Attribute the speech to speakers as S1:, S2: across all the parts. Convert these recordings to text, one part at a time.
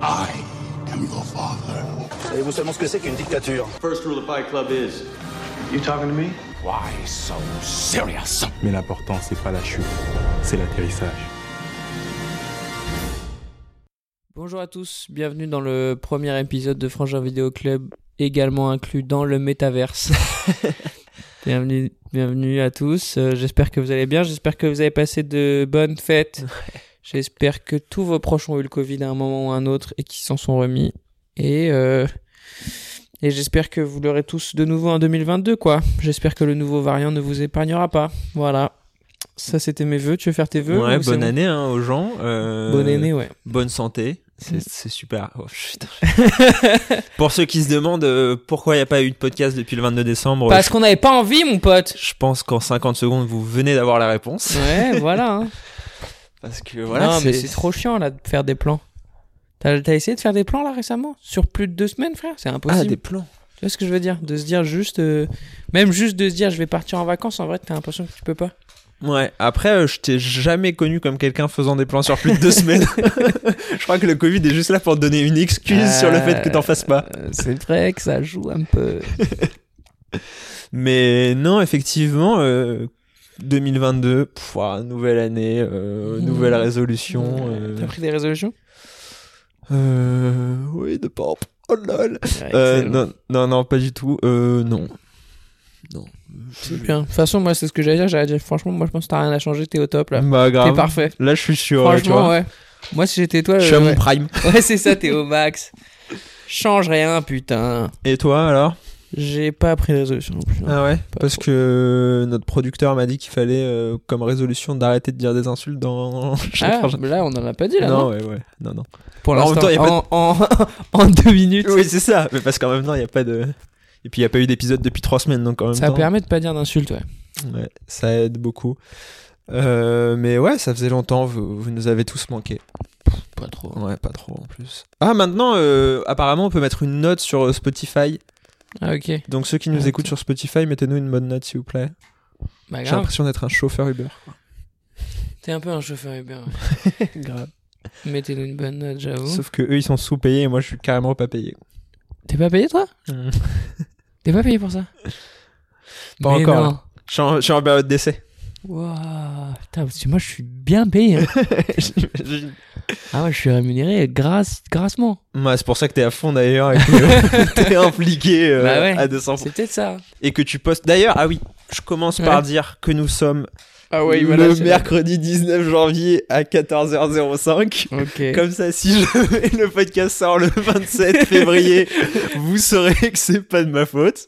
S1: I am your father.
S2: Savez-vous seulement ce que c'est qu'une dictature
S3: First rule of Fight Club is You talking to me?
S1: Why so serious?
S4: Mais l'important, c'est pas la chute, c'est l'atterrissage.
S5: Bonjour à tous, bienvenue dans le premier épisode de Frangin Vidéo Club, également inclus dans le métaverse. bienvenue, bienvenue à tous, euh, j'espère que vous allez bien, j'espère que vous avez passé de bonnes fêtes, j'espère que tous vos proches ont eu le Covid à un moment ou à un autre et qu'ils s'en sont remis. Et, euh, et j'espère que vous l'aurez tous de nouveau en 2022, quoi. J'espère que le nouveau variant ne vous épargnera pas. Voilà. Ça, c'était mes vœux. Tu veux faire tes vœux
S6: ouais,
S5: ou c'est
S6: bonne
S5: bon
S6: année hein, aux gens. euh,
S5: Bonne année, ouais.
S6: Bonne santé. C'est
S5: Mm.
S6: c'est super. Oh, putain. Pour ceux qui se demandent euh, pourquoi il n'y a pas eu de podcast depuis le 22 décembre,
S5: Parce qu'on n'avait pas envie, mon pote.
S6: je pense qu'en 50 secondes, vous venez d'avoir la réponse.
S5: Ouais, voilà. hein.
S6: Parce que voilà,
S5: non, mais
S6: c'est
S5: c'est trop chiant là de faire des plans. T'as t'as essayé de faire des plans là récemment Sur plus de deux semaines, frère C'est
S6: Ah,
S5: impossible.
S6: des plans.
S5: Tu vois ce que je veux dire De se dire juste. euh, Même juste de se dire je vais partir en vacances, en vrai, t'as l'impression que tu peux pas.
S6: Ouais, après, euh, je t'ai jamais connu comme quelqu'un faisant des plans sur plus de deux semaines. je crois que le Covid est juste là pour te donner une excuse sur le fait que t'en fasses pas.
S5: Euh, C'est vrai que ça joue un peu.
S6: Mais non, effectivement, euh, 2022, pff, ouah, nouvelle année, euh,
S5: Mm.
S6: nouvelle résolution. euh,
S5: T'as pris des résolutions
S6: Euh, oui, de pop. Oh lol. Euh,
S5: Ah, Excellent.
S6: non, non, non, pas du tout. Euh, non. Non.
S5: C'est bien. De toute façon, moi, c'est ce que j'allais dire. J'allais dire, franchement, moi, je pense que t'as rien à changer, t'es au top là.
S6: Bah, grave.
S5: T'es parfait.
S6: Là, je suis sûr. tu
S5: franchement,
S6: vois.
S5: ouais. Moi, si j'étais toi,
S6: Je suis à
S5: euh,
S6: mon
S5: ouais.
S6: prime.
S5: ouais, c'est ça, t'es au max. Change rien, putain.
S6: Et toi, alors
S5: J'ai pas pris de résolution non plus. hein.
S6: Ah ouais
S5: pas
S6: Parce
S5: trop.
S6: que notre producteur m'a dit qu'il fallait, euh, comme résolution, d'arrêter de dire des insultes dans chaque
S5: Ah, hein. mais là, on en a pas dit là.
S6: Non,
S5: Non,
S6: ouais, ouais. Non, non.
S5: pour
S6: en même temps,
S5: l'instant,
S6: y a pas
S5: en, en, en deux minutes.
S6: Oui, c'est ça. Mais parce qu'en même temps, il n'y a pas de. Et puis, il n'y a pas eu d'épisode depuis trois semaines, donc en même
S5: ça
S6: temps.
S5: permet de pas dire d'insultes, ouais.
S6: Ouais, ça aide beaucoup. Euh, mais ouais, ça faisait longtemps, vous- vous nous avez tous manqué.
S5: Pas trop.
S6: Ouais, pas trop hein. en plus. Ah, maintenant, euh, apparemment, on peut mettre une note sur euh, Spotify.
S5: Ah, ok.
S6: Donc, ceux qui nous
S5: Ok.
S6: écoutent sur Spotify, mettez-nous une bonne note, s'il vous plaît.
S5: Bah,
S6: J'ai
S5: grave.
S6: l'impression d'être un chauffeur Uber.
S5: T'es un peu un chauffeur Uber. ouais.
S6: Grave.
S5: Mettez-nous une bonne note, j'avoue.
S6: Sauf que eux, ils sont sous-payés et moi, je suis carrément pas payé.
S5: T'es pas payé, toi
S6: je
S5: T'es pas payé pour ça
S6: Pas
S5: Mais
S6: encore,
S5: non.
S6: là. suis en, je suis en période d'essai.
S5: Waouh. Putain, parce que moi, je suis bien payé. hein.
S6: J'imagine.
S5: ah, ouais, je suis rémunéré grâce, grassement.
S6: Ouais, c'est pour ça que t'es à fond d'ailleurs et que t'es impliqué euh,
S5: Bah ouais.
S6: à 200%.
S5: C'est peut-être ça.
S6: Et que tu postes. D'ailleurs, ah oui, je commence par
S5: Ouais.
S6: dire que nous sommes
S5: Ah,
S6: le mercredi 19 janvier à 14h05.
S5: Ok.
S6: Comme ça, si jamais le podcast sort le 27 février, vous saurez que c'est pas de ma faute.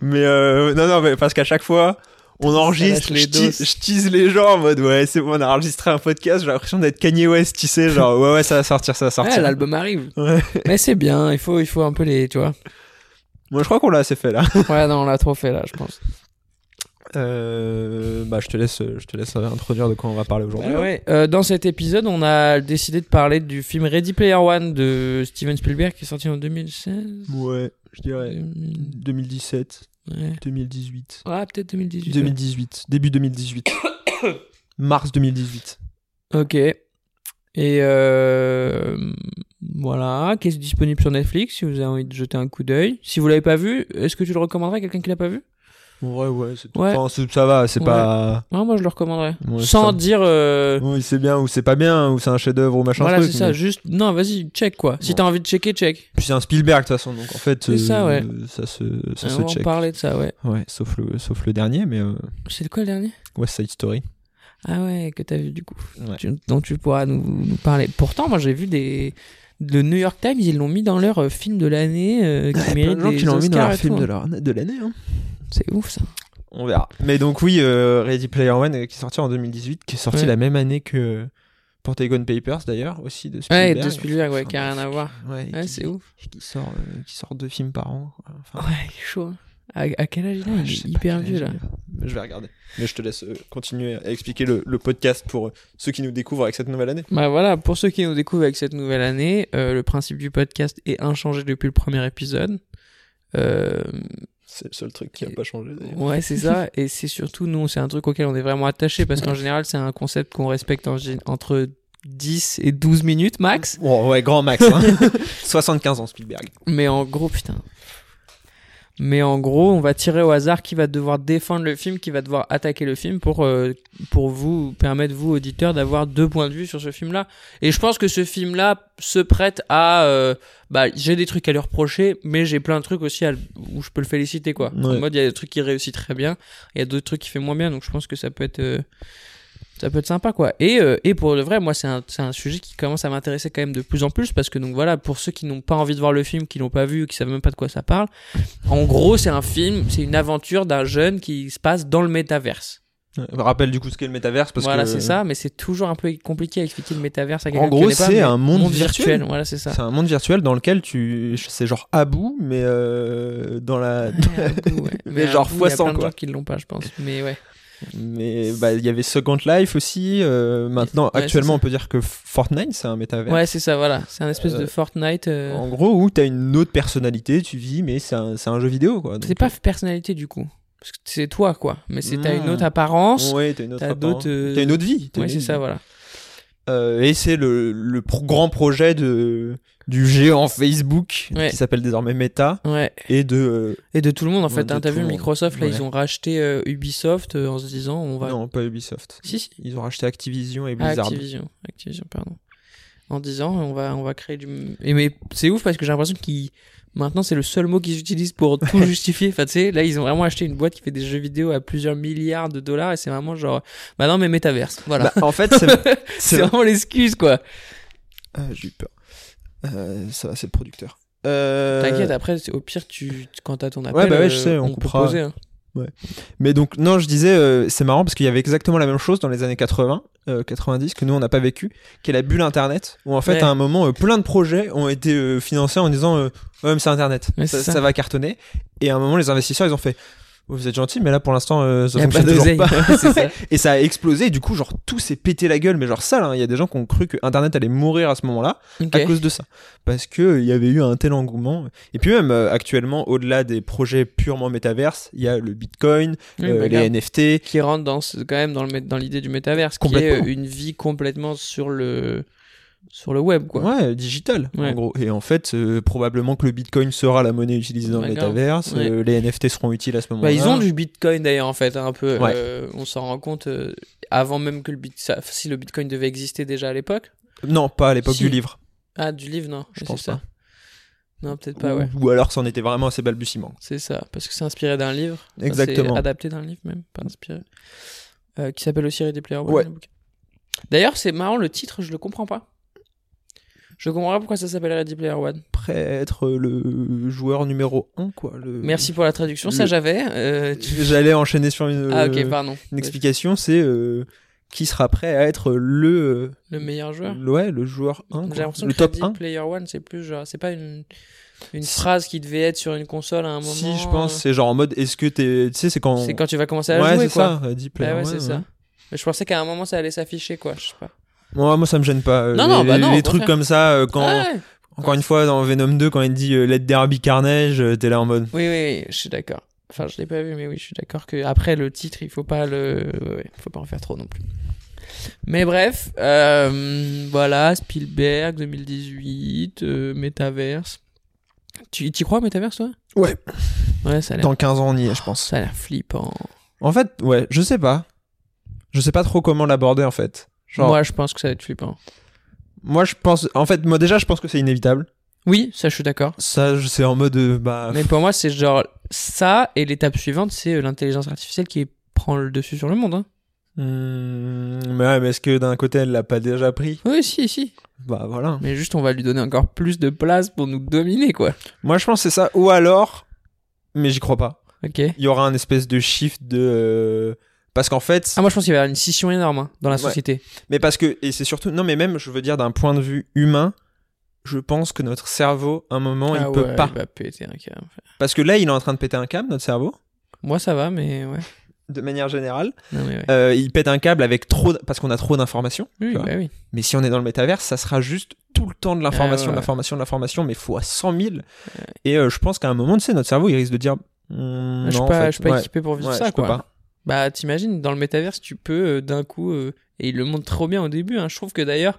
S6: Mais euh, non, non, mais parce qu'à chaque fois, on enregistre,
S5: lâche les
S6: je, tease-
S5: doses.
S6: je tease les gens en mode ouais, c'est bon, on a enregistré un podcast, j'ai l'impression d'être Kanye West, tu sais, genre ouais, ouais, ça va sortir, ça va sortir.
S5: Ouais, l'album arrive.
S6: Ouais.
S5: Mais c'est bien, il faut, il faut un peu les, tu vois.
S6: Moi, je crois qu'on l'a assez fait là.
S5: Ouais, non, on l'a trop fait là, je pense.
S6: Euh, bah, je te laisse, je te laisse introduire de quoi on va parler aujourd'hui.
S5: Bah ouais. Euh, dans cet épisode, on a décidé de parler du film Ready Player One de Steven Spielberg qui est sorti en 2016.
S6: Ouais, je dirais 2017,
S5: Ouais.
S6: 2018.
S5: Ah, peut-être 2018.
S6: 2018, début 2018. Mars 2018.
S5: Ok. Et euh, voilà, qui est disponible sur Netflix si vous avez envie de jeter un coup d'œil. Si vous l'avez pas vu, est-ce que tu le recommanderais à quelqu'un qui l'a pas vu
S6: Ouais, ouais, c'est
S5: Ouais.
S6: enfin, c'est- ça va, c'est
S5: Ouais.
S6: pas.
S5: Non, Moi, je le recommanderais.
S6: Ouais,
S5: Sans
S6: ça-
S5: dire. euh,
S6: Oui, c'est bien, ou c'est pas bien, ou c'est un chef-d'œuvre, ou machin.
S5: Voilà,
S6: truc,
S5: c'est ça.
S6: mais-
S5: Juste, non, vas-y, check quoi. Si
S6: Ouais.
S5: t'as envie de checker, check.
S6: Puis c'est un Spielberg, de toute façon, donc en fait, euh,
S5: C'est ça, ouais. Euh,
S6: ça se, ça se
S5: on va en
S6: check.
S5: parler de ça, ouais.
S6: Ouais, sauf le, sauf le dernier, mais euh,
S5: C'est quoi le dernier
S6: West Side Story.
S5: Ah ouais, que t'as vu du coup.
S6: Ouais.
S5: Tu- dont tu pourras nous, nous parler. Pourtant, moi j'ai vu des. Le New York Times, ils l'ont mis dans leur euh, film de l'année euh, qui mérite des Oscars et tout.
S6: de l'année. hein.
S5: C'est ouf ça.
S6: On verra. Mais donc, oui, euh, Ready Player One, euh, qui est sorti en 2018, qui est sorti
S5: Ouais.
S6: la même année que euh, Pentagon Papers, d'ailleurs, aussi de
S5: Ouais,
S6: Spielberg.
S5: de Spielberg, ouais,
S6: Enfin,
S5: qui a rien à voir.
S6: Ouais, et
S5: Ouais,
S6: qui-
S5: c'est ouf.
S6: et qui sort, euh, qui sort deux films par an. quoi. Enfin,
S5: Ouais, il est chaud. hein. À, à quel âge il a
S6: Ouais,
S5: Ah, Il
S6: je sais
S5: est
S6: pas
S5: hyper
S6: quel âge
S5: vieux là.
S6: il a. Mais Je vais regarder. Mais je te laisse euh, continuer à expliquer le, le podcast pour euh, ceux qui nous découvrent avec cette nouvelle année.
S5: Bah voilà, pour ceux qui nous découvrent avec cette nouvelle année, euh, le principe du podcast est inchangé depuis le premier épisode. Euh,
S6: C'est le seul truc qui n'a
S5: Et-
S6: pas changé d'ailleurs.
S5: Ouais, c'est ça. Et c'est surtout, nous, c'est un truc auquel on est vraiment attaché parce qu'en général, c'est un concept qu'on respecte en gé- entre 10 et 12 minutes max.
S6: Bon, ouais, grand max. hein. 75 ans, Spielberg.
S5: Mais en gros, putain. Mais en gros, on va tirer au hasard qui va devoir défendre le film, qui va devoir attaquer le film pour, euh, pour vous permettre, vous, auditeurs, d'avoir deux points de vue sur ce film-là. Et je pense que ce film-là se prête à... euh, bah, j'ai des trucs à lui reprocher, mais j'ai plein de trucs aussi à le- où je peux le féliciter, quoi.
S6: Ouais.
S5: En mode, il y a des trucs qui réussit très bien, il y a d'autres trucs qui fait moins bien, donc je pense que ça peut être... euh, ça peut être sympa quoi. Et, euh, et pour le vrai, moi c'est un, c'est un sujet qui commence à m'intéresser quand même de plus en plus parce que donc voilà, pour ceux qui n'ont pas envie de voir le film, qui l'ont pas vu, qui savent même pas de quoi ça parle, en gros c'est un film, c'est une aventure d'un jeune qui se passe dans le métaverse.
S6: Ouais, Rappelle du coup ce qu'est le métaverse. Parce
S5: Voilà
S6: que-
S5: c'est ça, mais c'est toujours un peu compliqué à expliquer le métaverse à quelqu'un
S6: En
S5: qui
S6: gros,
S5: connaît pas,
S6: c'est
S5: mais
S6: un monde virtuel.
S5: Voilà c'est ça.
S6: C'est un monde virtuel dans lequel tu. C'est genre à bout, mais euh, dans la.
S5: Ouais, un coup, ouais.
S6: Mais
S5: un
S6: genre
S5: coup,
S6: fois
S5: Il y a plein
S6: cent,
S5: de
S6: quoi.
S5: gens qui l'ont pas, je pense. Mais ouais.
S6: Mais bah, il y avait Second Life aussi. euh, maintenant,
S5: Ouais, c'est
S6: actuellement,
S5: ça.
S6: on peut dire que Fortnite, c'est un métavers.
S5: Ouais c'est ça voilà. C'est un espèce de
S6: Euh,
S5: Fortnite. euh,
S6: En gros, où t'as une autre personnalité, tu vis, mais c'est un, c'est un jeu vidéo, quoi. Donc,
S5: C'est pas personnalité du coup. Parce que c'est toi quoi. Mais c'est t'as une
S6: Mmh.
S5: autre apparence.
S6: Ouais, t'as une autre
S5: T'as d'autres,
S6: apparence.
S5: euh,
S6: T'as une autre vie. t'as
S5: Ouais,
S6: une
S5: c'est
S6: autre
S5: ça,
S6: vie.
S5: voilà.
S6: Euh, et c'est le, le pro- grand projet de, du géant Facebook,
S5: Ouais.
S6: qui s'appelle désormais Meta,
S5: Ouais.
S6: et de. euh,
S5: Et de tout le monde, en
S6: Ouais,
S5: fait.
S6: de
S5: hein. T'as
S6: tout
S5: vu
S6: le monde.
S5: Microsoft, là,
S6: Ouais.
S5: ils ont racheté euh, Ubisoft euh, en se disant, on va.
S6: Non, pas Ubisoft.
S5: Si, si.
S6: Ils ont racheté Activision et
S5: Ah,
S6: Blizzard.
S5: Activision. Activision, pardon. En disant, on va, on va créer du. Et mais c'est ouf parce que j'ai l'impression qu'ils. Maintenant, c'est le seul mot qu'ils utilisent pour tout justifier. Enfin, tu sais, là, ils ont vraiment acheté une boîte qui fait des jeux vidéo à plusieurs milliards de dollars et c'est vraiment genre. Bah non, mais métaverse. Voilà.
S6: Bah, en fait, c'est-
S5: c'est vraiment l'excuse, quoi.
S6: Ah, j'ai eu peur. Euh, ça va, c'est le producteur. Euh,
S5: T'inquiète, après, c'est- au pire, tu, tu- quand t'as ton appel.
S6: Ouais, bah ouais,
S5: euh,
S6: je sais, on
S5: peut
S6: coupera.
S5: poser, hein.
S6: Mais donc, non, je disais, euh, c'est marrant parce qu'il y avait exactement la même chose dans les années 80, euh, 90, que nous, on n'a pas vécu, qui est la bulle Internet, où en fait,
S5: Ouais.
S6: à un moment, euh, plein de projets ont été euh, financés en disant, euh, ouais, mais c'est Internet,
S5: Ouais,
S6: ça,
S5: c'est ça.
S6: ça va cartonner. Et à un moment, les investisseurs, ils ont fait, Oh, vous êtes gentils, mais là, pour l'instant, euh, ça
S5: Y a
S6: fonctionne
S5: pas
S6: toujours
S5: d'oseille.
S6: pas.
S5: C'est ça.
S6: Et ça a explosé, et du coup, genre, tout s'est pété la gueule, mais genre sale, hein. il y a des gens qui ont cru que Internet allait mourir à ce moment-là.
S5: Ok.
S6: à cause de ça. Parce que euh, il y avait eu un tel engouement. Et puis même, euh, actuellement, au-delà des projets purement métaverses, il y a le Bitcoin,
S5: Oui,
S6: euh,
S5: bah,
S6: les
S5: regarde.
S6: NFT.
S5: qui rentre dans ce- quand même dans le mé- dans l'idée du métaverse qui est
S6: Complètement.
S5: euh, une vie complètement sur le sur le web quoi.
S6: Ouais, digital,
S5: Ouais.
S6: en gros. Et en fait, euh, probablement que le Bitcoin sera la monnaie utilisée dans le
S5: Bah, grave.
S6: métaverse.
S5: Ouais.
S6: euh, les NFT seront utiles à ce moment-là.
S5: Bah, ils ont du Bitcoin d'ailleurs en fait hein, un peu
S6: Ouais.
S5: euh, on s'en rend compte euh, avant même que le bit ça- si le Bitcoin devait exister déjà à l'époque.
S6: Non, pas à l'époque
S5: Si.
S6: du livre.
S5: Ah du livre non,
S6: Je
S5: Oui,
S6: pense
S5: c'est ça.
S6: pas.
S5: Non, peut-être pas ouais.
S6: Ou, ou alors, c'en était vraiment assez balbutiement.
S5: C'est ça parce que c'est inspiré d'un livre, Enfin,
S6: Exactement.
S5: c'est adapté d'un livre même, pas inspiré. Euh, qui s'appelle aussi Ready Player One.
S6: Ouais.
S5: le bouquin. D'ailleurs, c'est marrant le titre, je le comprends pas. Je comprends pas pourquoi ça s'appelle Ready Player One.
S6: Après être le joueur numéro 1, quoi. le-
S5: Merci pour la traduction, ça
S6: Le-
S5: j'avais. euh, tu-
S6: J'allais enchaîner sur une, euh,
S5: Ah ok, pardon.
S6: une explication, c'est euh, qui sera prêt à être le euh,
S5: Le meilleur joueur.
S6: Ouais, le joueur 1.
S5: J'ai l'impression
S6: le
S5: que top
S6: top 1.
S5: Player One, c'est plus genre, c'est pas une, une
S6: Si-
S5: phrase qui devait être sur une console à un moment. euh,
S6: Si, je pense, c'est genre en mode, est-ce que t'es. Tu sais, c'est quand.
S5: C'est quand tu vas commencer à
S6: Ouais,
S5: jouer
S6: c'est
S5: quoi.
S6: ça, euh, Deep
S5: Ah
S6: Player,
S5: ouais,
S6: ouais,
S5: c'est
S6: ouais.
S5: ça. Mais je pensais qu'à un moment ça allait s'afficher quoi, je sais pas.
S6: Moi, moi, ça me gêne pas. euh,
S5: Non,
S6: les,
S5: non, bah
S6: les-
S5: non, au
S6: les trucs
S5: contraire.
S6: comme ça, euh, quand.
S5: Ah ouais.
S6: Encore une fois, dans Venom 2, quand il dit euh, Let there be carnage, euh, t'es là en mode.
S5: Oui, oui, oui, je suis d'accord. Enfin, je l'ai pas vu, mais oui, je suis d'accord que après le titre, il faut pas le, ouais, ouais, faut pas en faire trop non plus. Mais bref, euh, voilà, Spielberg 2018, euh, Metaverse. Tu t'y crois au Metaverse, toi
S6: Ouais.
S5: Ouais, ça a l'air,
S6: Dans 15 ans, on y est, je pense.
S5: ça a l'air flippant.
S6: En fait, ouais, je sais pas. Je sais pas trop comment l'aborder, en fait. Genre, moi,
S5: Moi, je pense que ça va être flippant.
S6: je pense. En fait, moi, déjà, je pense que c'est inévitable.
S5: Oui, ça, je suis d'accord.
S6: Ça, je- c'est en mode. euh, bah.
S5: Mais pour moi, c'est genre ça, et l'étape suivante, c'est euh, l'intelligence artificielle qui prend le dessus sur le monde. Hein.
S6: hmm, mais ouais, mais est-ce que d'un côté, elle l'a pas déjà pris
S5: Oui, si, si.
S6: Bah, voilà.
S5: Mais juste, on va lui donner encore plus de place pour nous dominer, quoi.
S6: Moi, je pense que c'est ça. Ou alors, mais j'y crois pas.
S5: Ok.
S6: Il y aura un espèce de shift de. euh, Parce qu'en fait,
S5: Ah, moi je pense qu'il va y avoir une scission énorme hein, dans la
S6: Ouais.
S5: société.
S6: mais parce que et c'est surtout non, mais même je veux dire d'un point de vue humain, je pense que notre cerveau, à un moment,
S5: ah
S6: il peut
S5: ouais,
S6: pas.
S5: il va péter hein, un câble.
S6: Parce que là, il est en train de péter un câble, notre cerveau,
S5: Moi ça va, mais ouais.
S6: de manière générale.
S5: Non, mais ouais.
S6: Euh, il pète un câble avec trop d- parce qu'on a trop d'informations.
S5: oui,
S6: tu vois.
S5: bah oui.
S6: Mais si on est dans le métaverse, ça sera juste tout le temps de l'information,
S5: Ah ouais, ouais.
S6: de l'information, de l'information, mais fois 100 000. Et euh, je pense qu'à un moment, tu sais, notre cerveau, il risque de dire. Hmm,
S5: je suis
S6: non, en
S5: pas,
S6: fait,
S5: je suis pas
S6: ouais.
S5: équipé pour vivre
S6: Ouais,
S5: ça,
S6: je peux
S5: quoi.
S6: pas.
S5: Bah, t'imagines, dans le métaverse, tu peux euh, d'un coup. euh, et il le montre trop bien au début. hein. Je trouve que d'ailleurs.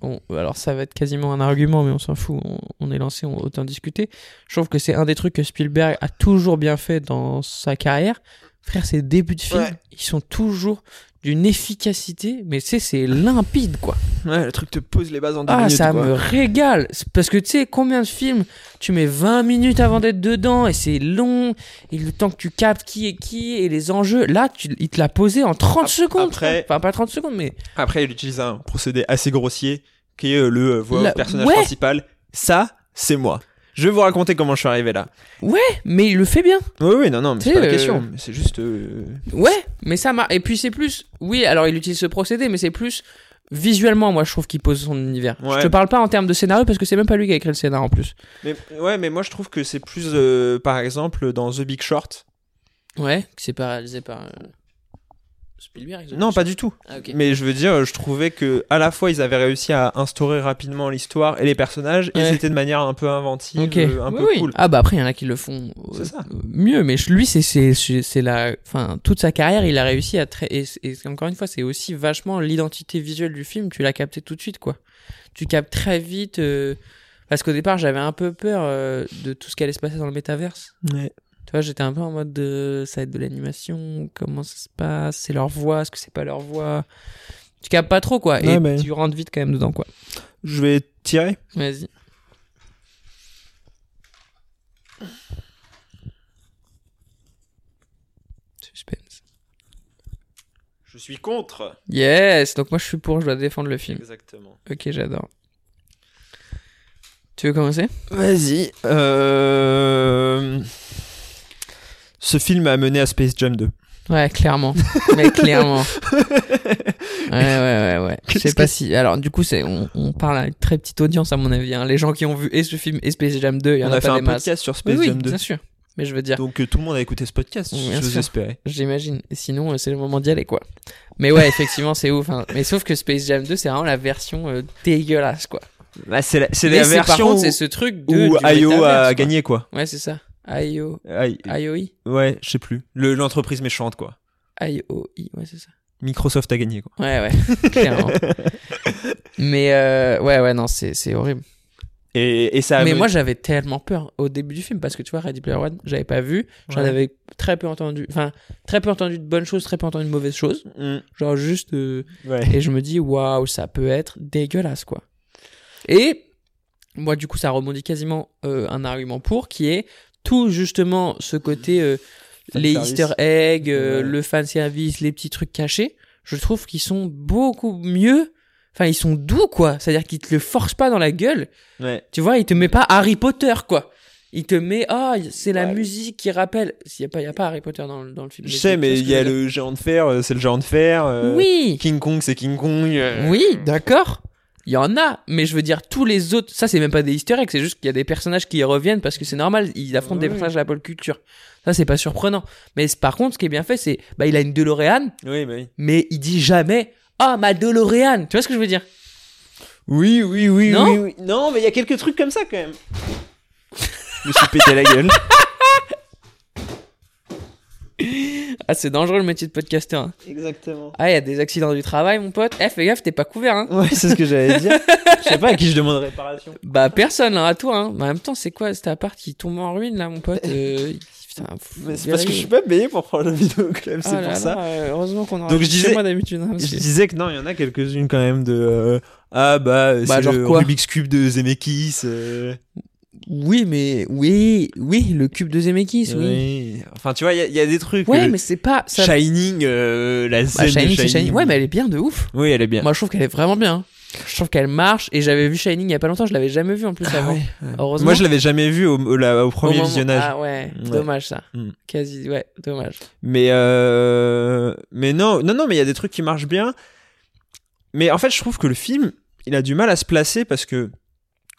S5: Bon, alors ça va être quasiment un argument, mais on s'en fout. On, on est lancé, on, autant discuter. Je trouve que c'est un des trucs que Spielberg a toujours bien fait dans sa carrière. Frère, ses débuts de film,
S6: Ouais.
S5: ils sont toujours d'une efficacité, mais tu sais, c'est limpide, quoi.
S6: Ouais, le truc te pose les bases en deux
S5: Ah,
S6: minutes,
S5: ça
S6: quoi.
S5: me régale C'est Parce que tu sais, combien de films tu mets 20 minutes avant d'être dedans et c'est long, et le temps que tu captes qui est qui et les enjeux, là, tu, il te l'a posé en 30 secondes.
S6: après-
S5: quoi. Enfin, pas 30 secondes, mais
S6: Après, il utilise un procédé assez grossier qui est euh, le euh, voix au
S5: La-
S6: personnage
S5: ouais.
S6: principal. Ça, c'est moi. Je vais vous raconter comment je suis arrivé là.
S5: mais il le fait bien.
S6: Oui, oui, non, non, mais c'est
S5: Tu sais,
S6: pas la
S5: euh,
S6: question. C'est juste. euh,
S5: Ouais, mais ça marche. Et puis c'est plus, oui, alors il utilise ce procédé, mais c'est plus visuellement, moi, je trouve qu'il pose son univers.
S6: Ouais.
S5: Je te parle pas en termes de scénario parce que c'est même pas lui qui a écrit le scénario en plus.
S6: Mais, ouais, mais moi, je trouve que c'est plus, euh, par exemple, dans The Big Short.
S5: Ouais, c'est pas réalisé par euh, Spielberg. ils ont
S6: Non,
S5: dit
S6: pas du tout.
S5: ça. Ah, ok.
S6: Mais je veux dire, euh, je trouvais que à la fois, ils avaient réussi à instaurer rapidement l'histoire et les personnages, et
S5: Ouais.
S6: c'était de manière un peu inventive,
S5: Ok.
S6: euh, un
S5: Oui,
S6: peu
S5: oui.
S6: cool.
S5: Ah bah après il y en a qui le font euh,
S6: C'est ça.
S5: euh, mieux, mais je- lui c'est c'est c'est c'est la, enfin toute sa carrière il a réussi à très et, et encore une fois c'est aussi vachement l'identité visuelle du film, tu l'as capté tout de suite quoi. Tu captes très vite euh, parce qu'au départ j'avais un peu peur euh, de tout ce qui allait se passer dans le métaverse. Tu vois j'étais un peu en mode de, ça va être de l'animation, comment ça se passe, c'est leur voix, est-ce que c'est pas leur voix. Tu captes pas trop quoi
S6: Ouais,
S5: et
S6: mais-
S5: tu rentres vite quand même dedans quoi.
S6: Je vais tirer.
S5: Vas-y. Suspense.
S6: Je suis contre.
S5: Yes, donc moi je suis pour, je dois défendre le film.
S6: Exactement.
S5: Ok, j'adore. Tu veux commencer
S6: Vas-y. Euh, Ce film a mené à Space Jam 2.
S5: Ouais, clairement. Mais clairement. Ouais, ouais, ouais, ouais. Je
S6: Qu'est-ce
S5: sais pas
S6: que-
S5: si. Alors, du coup, c'est on, on parle à une très petite audience, à mon avis. hein. Les gens qui ont vu et ce film et Space Jam 2, il y en
S6: On
S5: a,
S6: a
S5: pas
S6: fait un
S5: des masses.
S6: podcast sur
S5: Oui,
S6: Space
S5: oui,
S6: Jam 2.
S5: bien sûr. Mais je veux dire.
S6: Donc euh, tout le monde a écouté ce podcast,
S5: Oui,
S6: je
S5: bien
S6: vous
S5: sûr.
S6: espérais.
S5: J'imagine. Et sinon, euh, c'est le moment d'y aller, quoi. Mais ouais, effectivement, c'est ouf. hein. Mais sauf que Space Jam 2, c'est vraiment la version euh, dégueulasse, quoi.
S6: c'est la,
S5: Mais Bah, c'est par contre, c'est ce truc de,
S6: où
S5: du
S6: IO
S5: métaverse, quoi. Ah
S6: a gagné quoi.
S5: Ouais, c'est ça. IO,
S6: I-
S5: IOI,
S6: ouais, je sais plus. Le- L'entreprise méchante quoi.
S5: IOI, ouais, c'est ça.
S6: Microsoft a gagné quoi.
S5: Ouais, ouais, clairement. Mais euh, ouais, ouais, non, c'est c'est horrible.
S6: Et, et ça a
S5: Mais
S6: mené-
S5: moi, j'avais tellement peur au début du film parce que tu vois, Ready Player One, j'avais pas vu. J'en
S6: Ouais.
S5: avais très peu entendu. Enfin, très peu entendu de bonnes choses, très peu entendu de mauvaises choses.
S6: Mm,
S5: Genre juste. euh,
S6: ouais.
S5: Et je me dis, waouh, ça peut être dégueulasse, quoi. Et moi, du coup, ça rebondit quasiment euh, un argument pour, qui est tout justement ce côté euh,
S6: Fan
S5: les
S6: service.
S5: easter eggs, euh,
S6: Ouais.
S5: le fan service, les petits trucs cachés. Je trouve qu'ils sont beaucoup mieux. Enfin, ils sont doux, quoi. C'est-à-dire qu'ils te le forcent pas dans la gueule.
S6: Ouais.
S5: Tu vois, il te met pas Harry Potter, quoi. Il te met, ah, c'est la
S6: Ouais.
S5: musique qui rappelle. S'il y a pas, il y a pas Harry Potter dans, le- dans le film.
S6: Je sais,
S5: tu vois
S6: mais
S5: ce que
S6: il y
S5: je
S6: a
S5: veux dire
S6: le géant de fer, euh, c'est le géant de fer. euh,
S5: Oui.
S6: King Kong, c'est King Kong. euh,
S5: Oui, d'accord. Il y en a, mais je veux dire, tous les autres, ça c'est même pas des easter eggs, c'est juste qu'il y a des personnages qui y reviennent parce que c'est normal, ils affrontent des
S6: Ouais.
S5: personnages de la pop culture. Ça c'est pas surprenant. Mais c'est- par contre, ce qui est bien fait, c'est, bah il a une DeLorean,
S6: Oui, bah oui.
S5: mais il dit jamais, ah ma DeLorean, tu vois ce que je veux dire
S6: Oui, oui, oui,
S5: Non
S6: oui, oui. Non, mais il y a quelques trucs comme ça quand même. Je me suis pété la gueule.
S5: Ah c'est dangereux le métier de podcasteur. hein.
S6: Exactement.
S5: Ah il y a des accidents du travail mon pote. Eh fais gaffe, t'es pas couvert. Hein.
S6: Ouais, c'est ce que j'allais dire. Je sais pas à qui je demande réparation.
S5: Bah personne hein, à toi. Hein. Mais en même temps, c'est quoi cet appart qui tombe en ruine là mon pote Euh, Putain, faut
S6: Mais c'est
S5: y
S6: parce que
S5: aller.
S6: je suis pas payé pour prendre le vidéo club,
S5: Ah
S6: c'est
S5: là
S6: pour ça.
S5: là, euh, heureusement qu'on en
S6: Donc, je
S5: reste chez
S6: disais-
S5: moi d'habitude. hein, parce
S6: Je
S5: que-
S6: disais que non, il y en a quelques-unes quand même de. euh, ah bah, c'est
S5: Bah, genre
S6: le
S5: quoi
S6: Rubik's Cube de Zemeckis. euh,
S5: Oui, mais oui, oui, le cube de Zemeckis, oui.
S6: oui. Enfin, tu vois, il y a- il y, a des trucs.
S5: Ouais,
S6: euh,
S5: mais c'est pas ça.
S6: Shining, euh, la
S5: Bah,
S6: scène
S5: Shining,
S6: de
S5: c'est
S6: Shining.
S5: Shining. Ouais, mais elle est bien de ouf.
S6: Oui, elle est bien.
S5: Moi, je trouve qu'elle est vraiment bien. Je trouve qu'elle marche et j'avais vu Shining il y a pas longtemps. Je l'avais jamais vu en plus
S6: Ah
S5: avant.
S6: ouais.
S5: Heureusement.
S6: Moi, je l'avais jamais vu au, au- la- au
S5: Au
S6: premier
S5: moment-
S6: visionnage.
S5: Ah ouais,
S6: Ouais.
S5: dommage ça.
S6: Hmm.
S5: Quasi, ouais, dommage.
S6: Mais euh, mais non, non, non, mais il y a des trucs qui marchent bien. Mais en fait, je trouve que le film, il a du mal à se placer parce que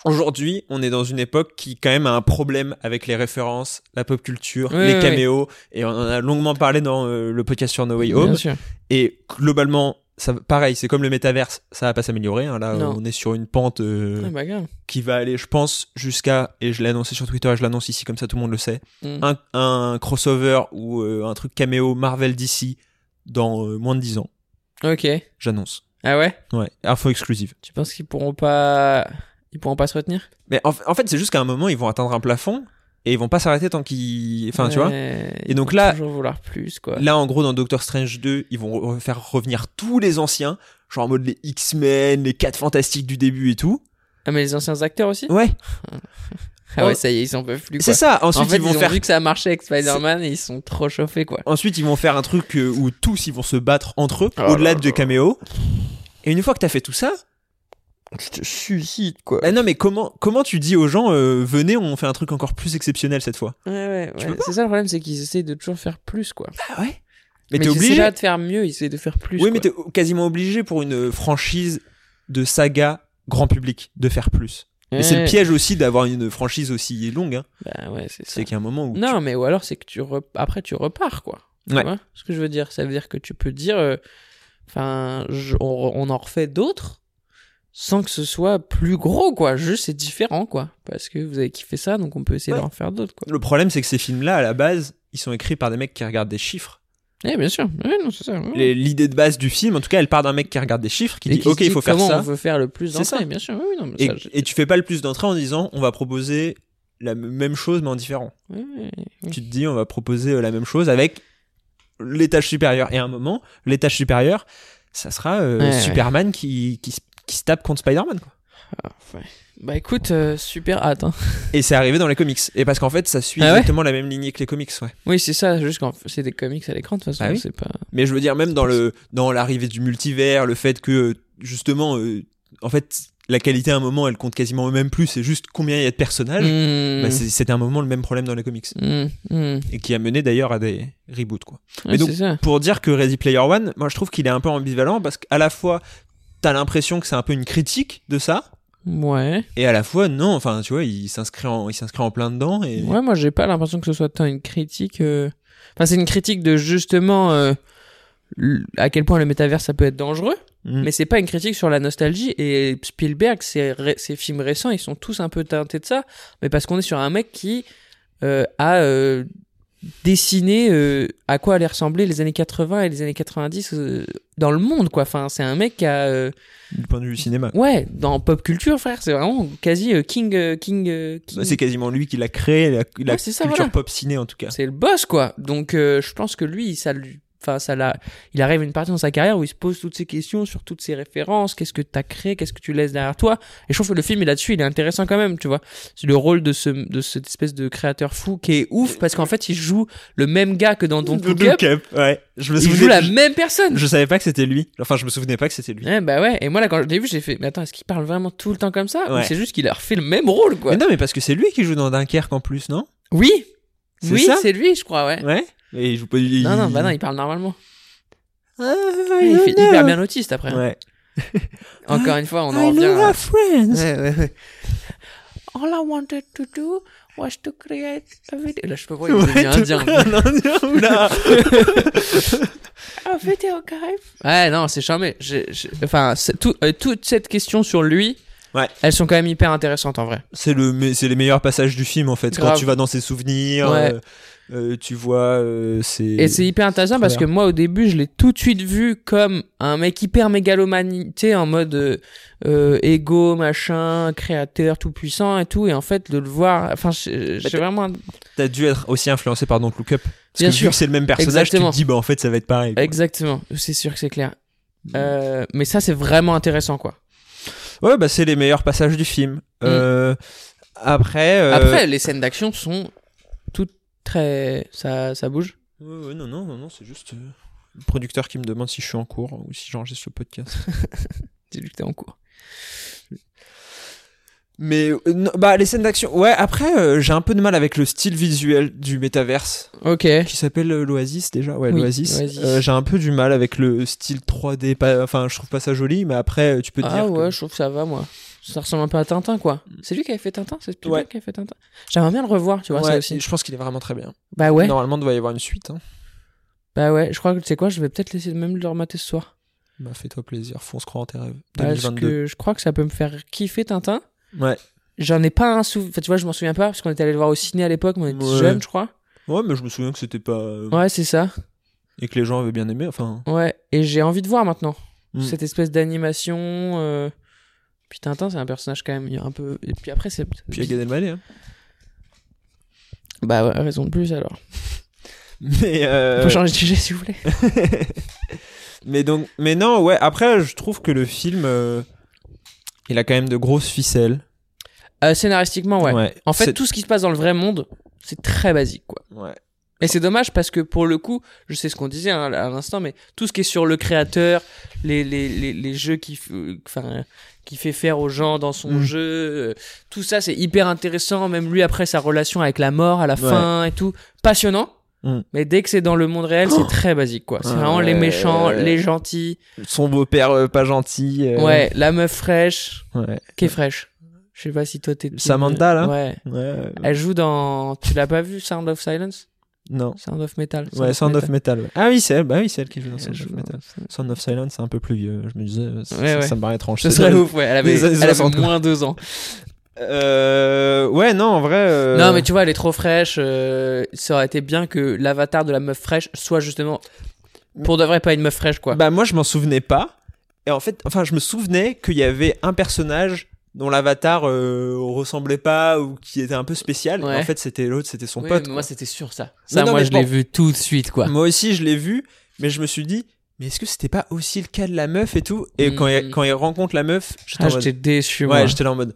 S6: aujourd'hui, on est dans une époque qui quand même a un problème avec les références, la pop culture,
S5: Oui,
S6: les
S5: oui,
S6: caméos, et on en a longuement parlé dans euh, le podcast sur No Way Home.
S5: Bien sûr.
S6: Et globalement, ça, pareil, c'est comme le métaverse, ça va pas s'améliorer. hein. Là,
S5: Non.
S6: on est sur une pente euh,
S5: Ah, bah, grave.
S6: qui va aller, je pense, jusqu'à, et je l'ai annoncé sur Twitter et je l'annonce ici, comme ça tout le monde le sait,
S5: Mm.
S6: un, un crossover ou euh, un truc caméo Marvel DC dans euh, moins de 10 ans.
S5: Ok.
S6: J'annonce.
S5: Ah ouais
S6: Ouais, info exclusive.
S5: Tu penses qu'ils pourront pas. Ils pourront pas se retenir
S6: Mais en, en fait, c'est juste qu'à un moment, ils vont atteindre un plafond et ils vont pas s'arrêter tant qu'ils. Enfin, tu vois.
S5: Et
S6: Et donc là-
S5: Toujours vouloir plus, quoi.
S6: Là, en gros, dans Doctor Strange 2, ils vont re- faire revenir tous les anciens, genre en mode les X-Men, les 4 Fantastiques du début et tout.
S5: Ah, mais les anciens acteurs aussi
S6: Ouais,
S5: Ah ouais, ça y est, ils en peuvent plus.
S6: c'est
S5: quoi.
S6: ça. Ensuite,
S5: en fait,
S6: ils
S5: ils,
S6: vont
S5: ont
S6: faire.
S5: vu que ça a marché avec Spider-Man et ils sont trop chauffés, quoi.
S6: Ensuite, ils vont faire un truc euh, où tous ils vont se battre entre eux,
S5: Oh
S6: au-delà
S5: là
S6: de
S5: là.
S6: caméo. Et une fois que t'as fait tout ça,
S5: Tu te suicides, quoi.
S6: bah non, mais comment comment tu dis aux gens, euh, venez, on fait un truc encore plus exceptionnel cette fois
S5: Ouais, ouais,
S6: Tu
S5: ouais.
S6: peux pas.
S5: C'est ça le problème, c'est qu'ils essayent de toujours faire plus, quoi.
S6: Bah ouais. Mais, t'es
S5: ils essaient
S6: obligé.
S5: pas de faire mieux, ils essaient de faire plus.
S6: oui, mais
S5: quoi.
S6: t'es quasiment obligé pour une euh, franchise de saga grand public de faire plus. Et c'est le
S5: Ouais,
S6: piège aussi d'avoir une franchise aussi longue. hein.
S5: Bah ouais, c'est ça.
S6: C'est qu'à un moment où.
S5: Non, mais ou alors c'est que tu re- après tu repars quoi. Tu
S6: Ouais.
S5: vois ce que je veux dire, ça veut dire que tu peux dire, euh, enfin, je- on, on en refait d'autres sans que ce soit plus gros quoi. Juste c'est différent quoi, parce que vous avez kiffé ça, donc on peut essayer
S6: Ouais.
S5: d'en faire d'autres quoi.
S6: Le problème, c'est que ces films-là, à la base, ils sont écrits par des mecs qui regardent des chiffres.
S5: Eh bien sûr, Ouais, non c'est ça. Ouais.
S6: Les- L'idée de base du film, en tout cas, elle part d'un mec qui regarde des chiffres, qui
S5: Mmh. Et
S6: dit
S5: qui se
S6: OK, il faut faire
S5: comment
S6: ça.
S5: on veut faire le plus
S6: C'est
S5: d'entrées,
S6: ça.
S5: bien sûr. Oui, oui, non, mais
S6: Et,
S5: ça, je-
S6: et tu fais pas le plus d'entrées en disant on va proposer la m- même chose mais en différent.
S5: oui, oui, oui.
S6: Tu te dis on va proposer euh, la même chose avec l'étage supérieur. Et à un moment, l'étage supérieur, ça sera euh,
S5: Ouais, ouais.
S6: Superman Qui, qui, se- qui se tape contre Spider-Man. quoi.
S5: Ah, ouais. Bah écoute, euh, super hâte. hein.
S6: Et c'est arrivé dans les comics. Et parce qu'en fait, ça suit
S5: Ah ouais
S6: exactement la même lignée que les comics. Ouais.
S5: Oui, c'est ça, juste qu'en c'est des comics à l'écran de toute façon,
S6: Ah oui.
S5: c'est pas.
S6: Mais je veux dire, même dans le dans l'arrivée du multivers, le fait que euh, justement, euh, en fait, la qualité à un moment, elle compte quasiment même plus. C'est juste combien il y a de personnages.
S5: Hmm.
S6: Bah, c'est- C'était un moment le même problème dans les comics
S5: Hmm, hmm.
S6: et qui a mené d'ailleurs à des reboots quoi.
S5: Ouais,
S6: donc,
S5: c'est ça.
S6: Pour dire que Ready Player One, moi je trouve qu'il est un peu ambivalent parce qu'à la fois t'as l'impression que c'est un peu une critique de ça
S5: Ouais.
S6: et à la fois non. Enfin tu vois, il s'inscrit en il s'inscrit en plein dedans et
S5: Ouais, moi j'ai pas l'impression que ce soit tant une critique. euh, Enfin, c'est une critique de justement euh, l- à quel point le métavers ça peut être dangereux,
S6: Mm.
S5: mais c'est pas une critique sur la nostalgie. Et Spielberg, ses, ré- ses films récents, ils sont tous un peu teintés de ça, mais parce qu'on est sur un mec qui euh, a euh, dessiné euh, à quoi allaient ressembler les années 80 et les années 90 euh, dans le monde, quoi. Enfin, c'est un mec qui a. euh,
S6: du point de vue du cinéma.
S5: ouais, dans pop culture, frère, c'est vraiment quasi euh, King. euh, King, euh, King-
S6: Bah, C'est quasiment lui qui l'a créé, la, la
S5: Ouais, c'est
S6: culture
S5: ça, voilà.
S6: pop ciné en tout cas.
S5: C'est le boss, quoi. Donc, euh, je pense que lui, ça lui. Enfin, ça l'a. Il arrive à une partie dans sa carrière où il se pose toutes ces questions sur toutes ces références. Qu'est-ce que t'as créé Qu'est-ce que tu laisses derrière toi Et je trouve que le film, est là-dessus, il est intéressant quand même, tu vois. C'est le rôle de ce, de cette espèce de créateur fou qui est ouf parce qu'en fait, il joue le même gars que dans Don't Look Up.
S6: Up, ouais. Je me
S5: Il
S6: souvenais
S5: joue la
S6: je-
S5: même personne.
S6: Je savais pas que c'était lui. Enfin, je me souvenais pas que c'était lui.
S5: Ouais, bah ouais. Et moi, là, quand je l'ai vu, j'ai fait, mais attends, est-ce qu'il parle vraiment tout le temps comme ça Ou
S6: Ouais.
S5: c'est juste qu'il a refait le même rôle, quoi
S6: Mais non, mais parce que c'est lui qui joue dans Dunkerque en plus, non
S5: Oui
S6: C'est
S5: Oui,
S6: ça
S5: c'est lui, je crois, ouais.
S6: Ouais. Et il joue pas. il-
S5: Non, non, bah non, il parle normalement.
S6: Ah, I
S5: Il fait
S6: don't
S5: hyper
S6: know.
S5: bien autiste après.
S6: Ouais. euh,
S5: Encore une fois, on en
S6: I
S5: revient. euh.
S6: love
S5: à-
S6: our friends.
S5: All I wanted to do was to create a video. Là, je peux voir, il
S6: Ouais,
S5: devient
S6: t'as
S5: indien.
S6: pris un indien, oula.
S5: A video game. Ouais, non, c'est charmé. J'ai- j'ai- Enfin, c'est tout, euh, toute cette question sur lui,
S6: Ouais.
S5: elles sont quand même hyper intéressantes en vrai.
S6: C'est le, mais c'est les meilleurs passages du film en fait. Quand
S5: Grave.
S6: tu vas dans ses souvenirs,
S5: Ouais.
S6: euh, euh, tu vois, euh, c'est.
S5: Et c'est hyper intéressant
S6: Trop
S5: parce que
S6: bien.
S5: moi, au début, je l'ai tout de suite vu comme un mec hyper mégalomanie, tu sais, en mode euh, euh, égo, machin, créateur, tout puissant et tout. Et en fait, de le voir, enfin, j'ai j'ai
S6: t'as-
S5: vraiment
S6: T'as dû être aussi influencé par Don't Look Up. Parce
S5: Bien
S6: que
S5: sûr.
S6: Vu que c'est le même personnage,
S5: Exactement.
S6: tu te dis bah en fait ça va être pareil. quoi.
S5: Exactement, c'est sûr que c'est clair. Euh, mais ça, c'est vraiment intéressant, quoi.
S6: Ouais, bah c'est les meilleurs passages du film. Euh, après. euh,
S5: Mm. Après, les scènes d'action sont toutes très. Ça, ça bouge.
S6: Ouais, ouais, non, non, non, non, c'est juste euh, le producteur qui me demande si je suis en cours hein, ou si j'enregistre le podcast.
S5: Dis-lui que t'es en cours.
S6: Mais euh, non, bah les scènes d'action, ouais. Après, euh, j'ai un peu de mal avec le style visuel du métaverse
S5: Ok.
S6: qui s'appelle euh, l'Oasis déjà. Ouais,
S5: Oui,
S6: l'Oasis.
S5: l'Oasis.
S6: Euh, j'ai un peu du mal avec le style 3D. pas- Enfin, je trouve pas ça joli, mais après, euh, tu peux te
S5: Ah
S6: dire.
S5: ouais,
S6: que...
S5: je trouve que ça va, moi. Ça ressemble un peu à Tintin, quoi. C'est lui qui avait fait Tintin C'est Spielberg
S6: Ouais.
S5: qui avait fait Tintin J'aimerais bien le revoir, tu vois,
S6: Ouais,
S5: ça aussi.
S6: je pense qu'il est vraiment très bien.
S5: Bah ouais,
S6: Normalement, il doit y avoir une suite. hein.
S5: bah ouais. Je crois que, tu sais quoi, je vais peut-être laisser même le remater ce soir.
S6: Bah, Fais-toi plaisir, fonce croire en tes rêves.
S5: Parce
S6: 2022.
S5: que je crois que ça peut me faire kiffer Tintin.
S6: Ouais.
S5: J'en ai pas un souvenir. Enfin, tu vois, je m'en souviens pas parce qu'on était allé le voir au ciné à l'époque, mais on était
S6: Ouais.
S5: jeunes, je crois.
S6: Ouais, mais je me souviens que c'était pas. euh,
S5: Ouais, c'est ça.
S6: Et que les gens avaient bien aimé. Enfin.
S5: Ouais. Et j'ai envie de voir maintenant
S6: Mm.
S5: cette espèce d'animation. Euh... Puis Tintin, c'est un personnage quand même il y a un peu. Et puis après, c'est.
S6: Puis il y a Gad Elmaleh, hein.
S5: Bah ouais, raison de plus alors.
S6: Mais.
S5: On
S6: euh,
S5: peut changer de sujet s'il vous plaît.
S6: mais donc, mais non, ouais. Après, je trouve que le film, euh, il a quand même de grosses ficelles.
S5: Euh, scénaristiquement, ouais. En fait,
S6: C'est-
S5: tout ce qui se passe dans le vrai monde, c'est très basique, quoi.
S6: ouais.
S5: Et c'est dommage parce que pour le coup, je sais ce qu'on disait hein, à l'instant, mais tout ce qui est sur le créateur, les, les, les, les jeux qui, f- euh, enfin, euh, qui fait faire aux gens dans son
S6: Mm.
S5: jeu, euh, tout ça c'est hyper intéressant. Même lui après sa relation avec la mort à la
S6: Ouais.
S5: fin et tout, passionnant.
S6: Mm. Oh
S5: Mais dès que c'est dans le monde réel, c'est très basique quoi. C'est
S6: Ah
S5: vraiment les
S6: ouais.
S5: méchants, les gentils.
S6: Son beau-père euh, pas gentil. euh,
S5: Ouais, la meuf fraîche,
S6: Ouais.
S5: qui est fraîche. Je sais pas si toi t'es. team- euh,
S6: Samantha, là
S5: Ouais.
S6: Ouais, ouais.
S5: Elle joue dans. Tu l'as pas vu Sound of Silence
S6: Non.
S5: Sound of Metal.
S6: Ouais, Sound of
S5: Metal.
S6: Metal. ouais. Ah oui, c'est elle. Bah oui, c'est elle qui joue dans
S5: Elle
S6: Sound of
S5: joue
S6: Metal.
S5: dans-
S6: Sound of Silence, c'est un peu plus vieux. Je me disais, euh, ça,
S5: Ouais,
S6: ça-
S5: ouais.
S6: ça me paraît étrange.
S5: Ce
S6: C'est
S5: serait
S6: drôle.
S5: ouf, ouais. Elle avait,
S6: Des années
S5: elle avait
S6: 60, quoi.
S5: moins deux ans.
S6: Euh, ouais, non, en vrai. euh,
S5: Non, mais tu vois, elle est trop fraîche. euh, ça aurait été bien que l'avatar de la meuf fraîche soit justement. Pour de vrai, pas une meuf fraîche, quoi.
S6: Bah moi je m'en souvenais pas. Et en fait, enfin je me souvenais qu'il y avait un personnage dont l'avatar euh, ressemblait pas ou qui était un peu spécial.
S5: Ouais.
S6: En fait c'était l'autre, c'était son
S5: Oui,
S6: pote.
S5: mais
S6: quoi.
S5: moi, c'était sûr, ça. Ça,
S6: non,
S5: moi,
S6: mais
S5: je
S6: bon.
S5: l'ai vu tout de suite, quoi.
S6: Moi aussi je l'ai vu, mais je me suis dit, mais est-ce que c'était pas aussi le cas de la meuf et tout Et quand,
S5: Mm.
S6: il, quand il rencontre la meuf, j'étais
S5: Ah,
S6: en mode...
S5: j'étais déçu,
S6: Ouais,
S5: moi.
S6: j'étais là en mode...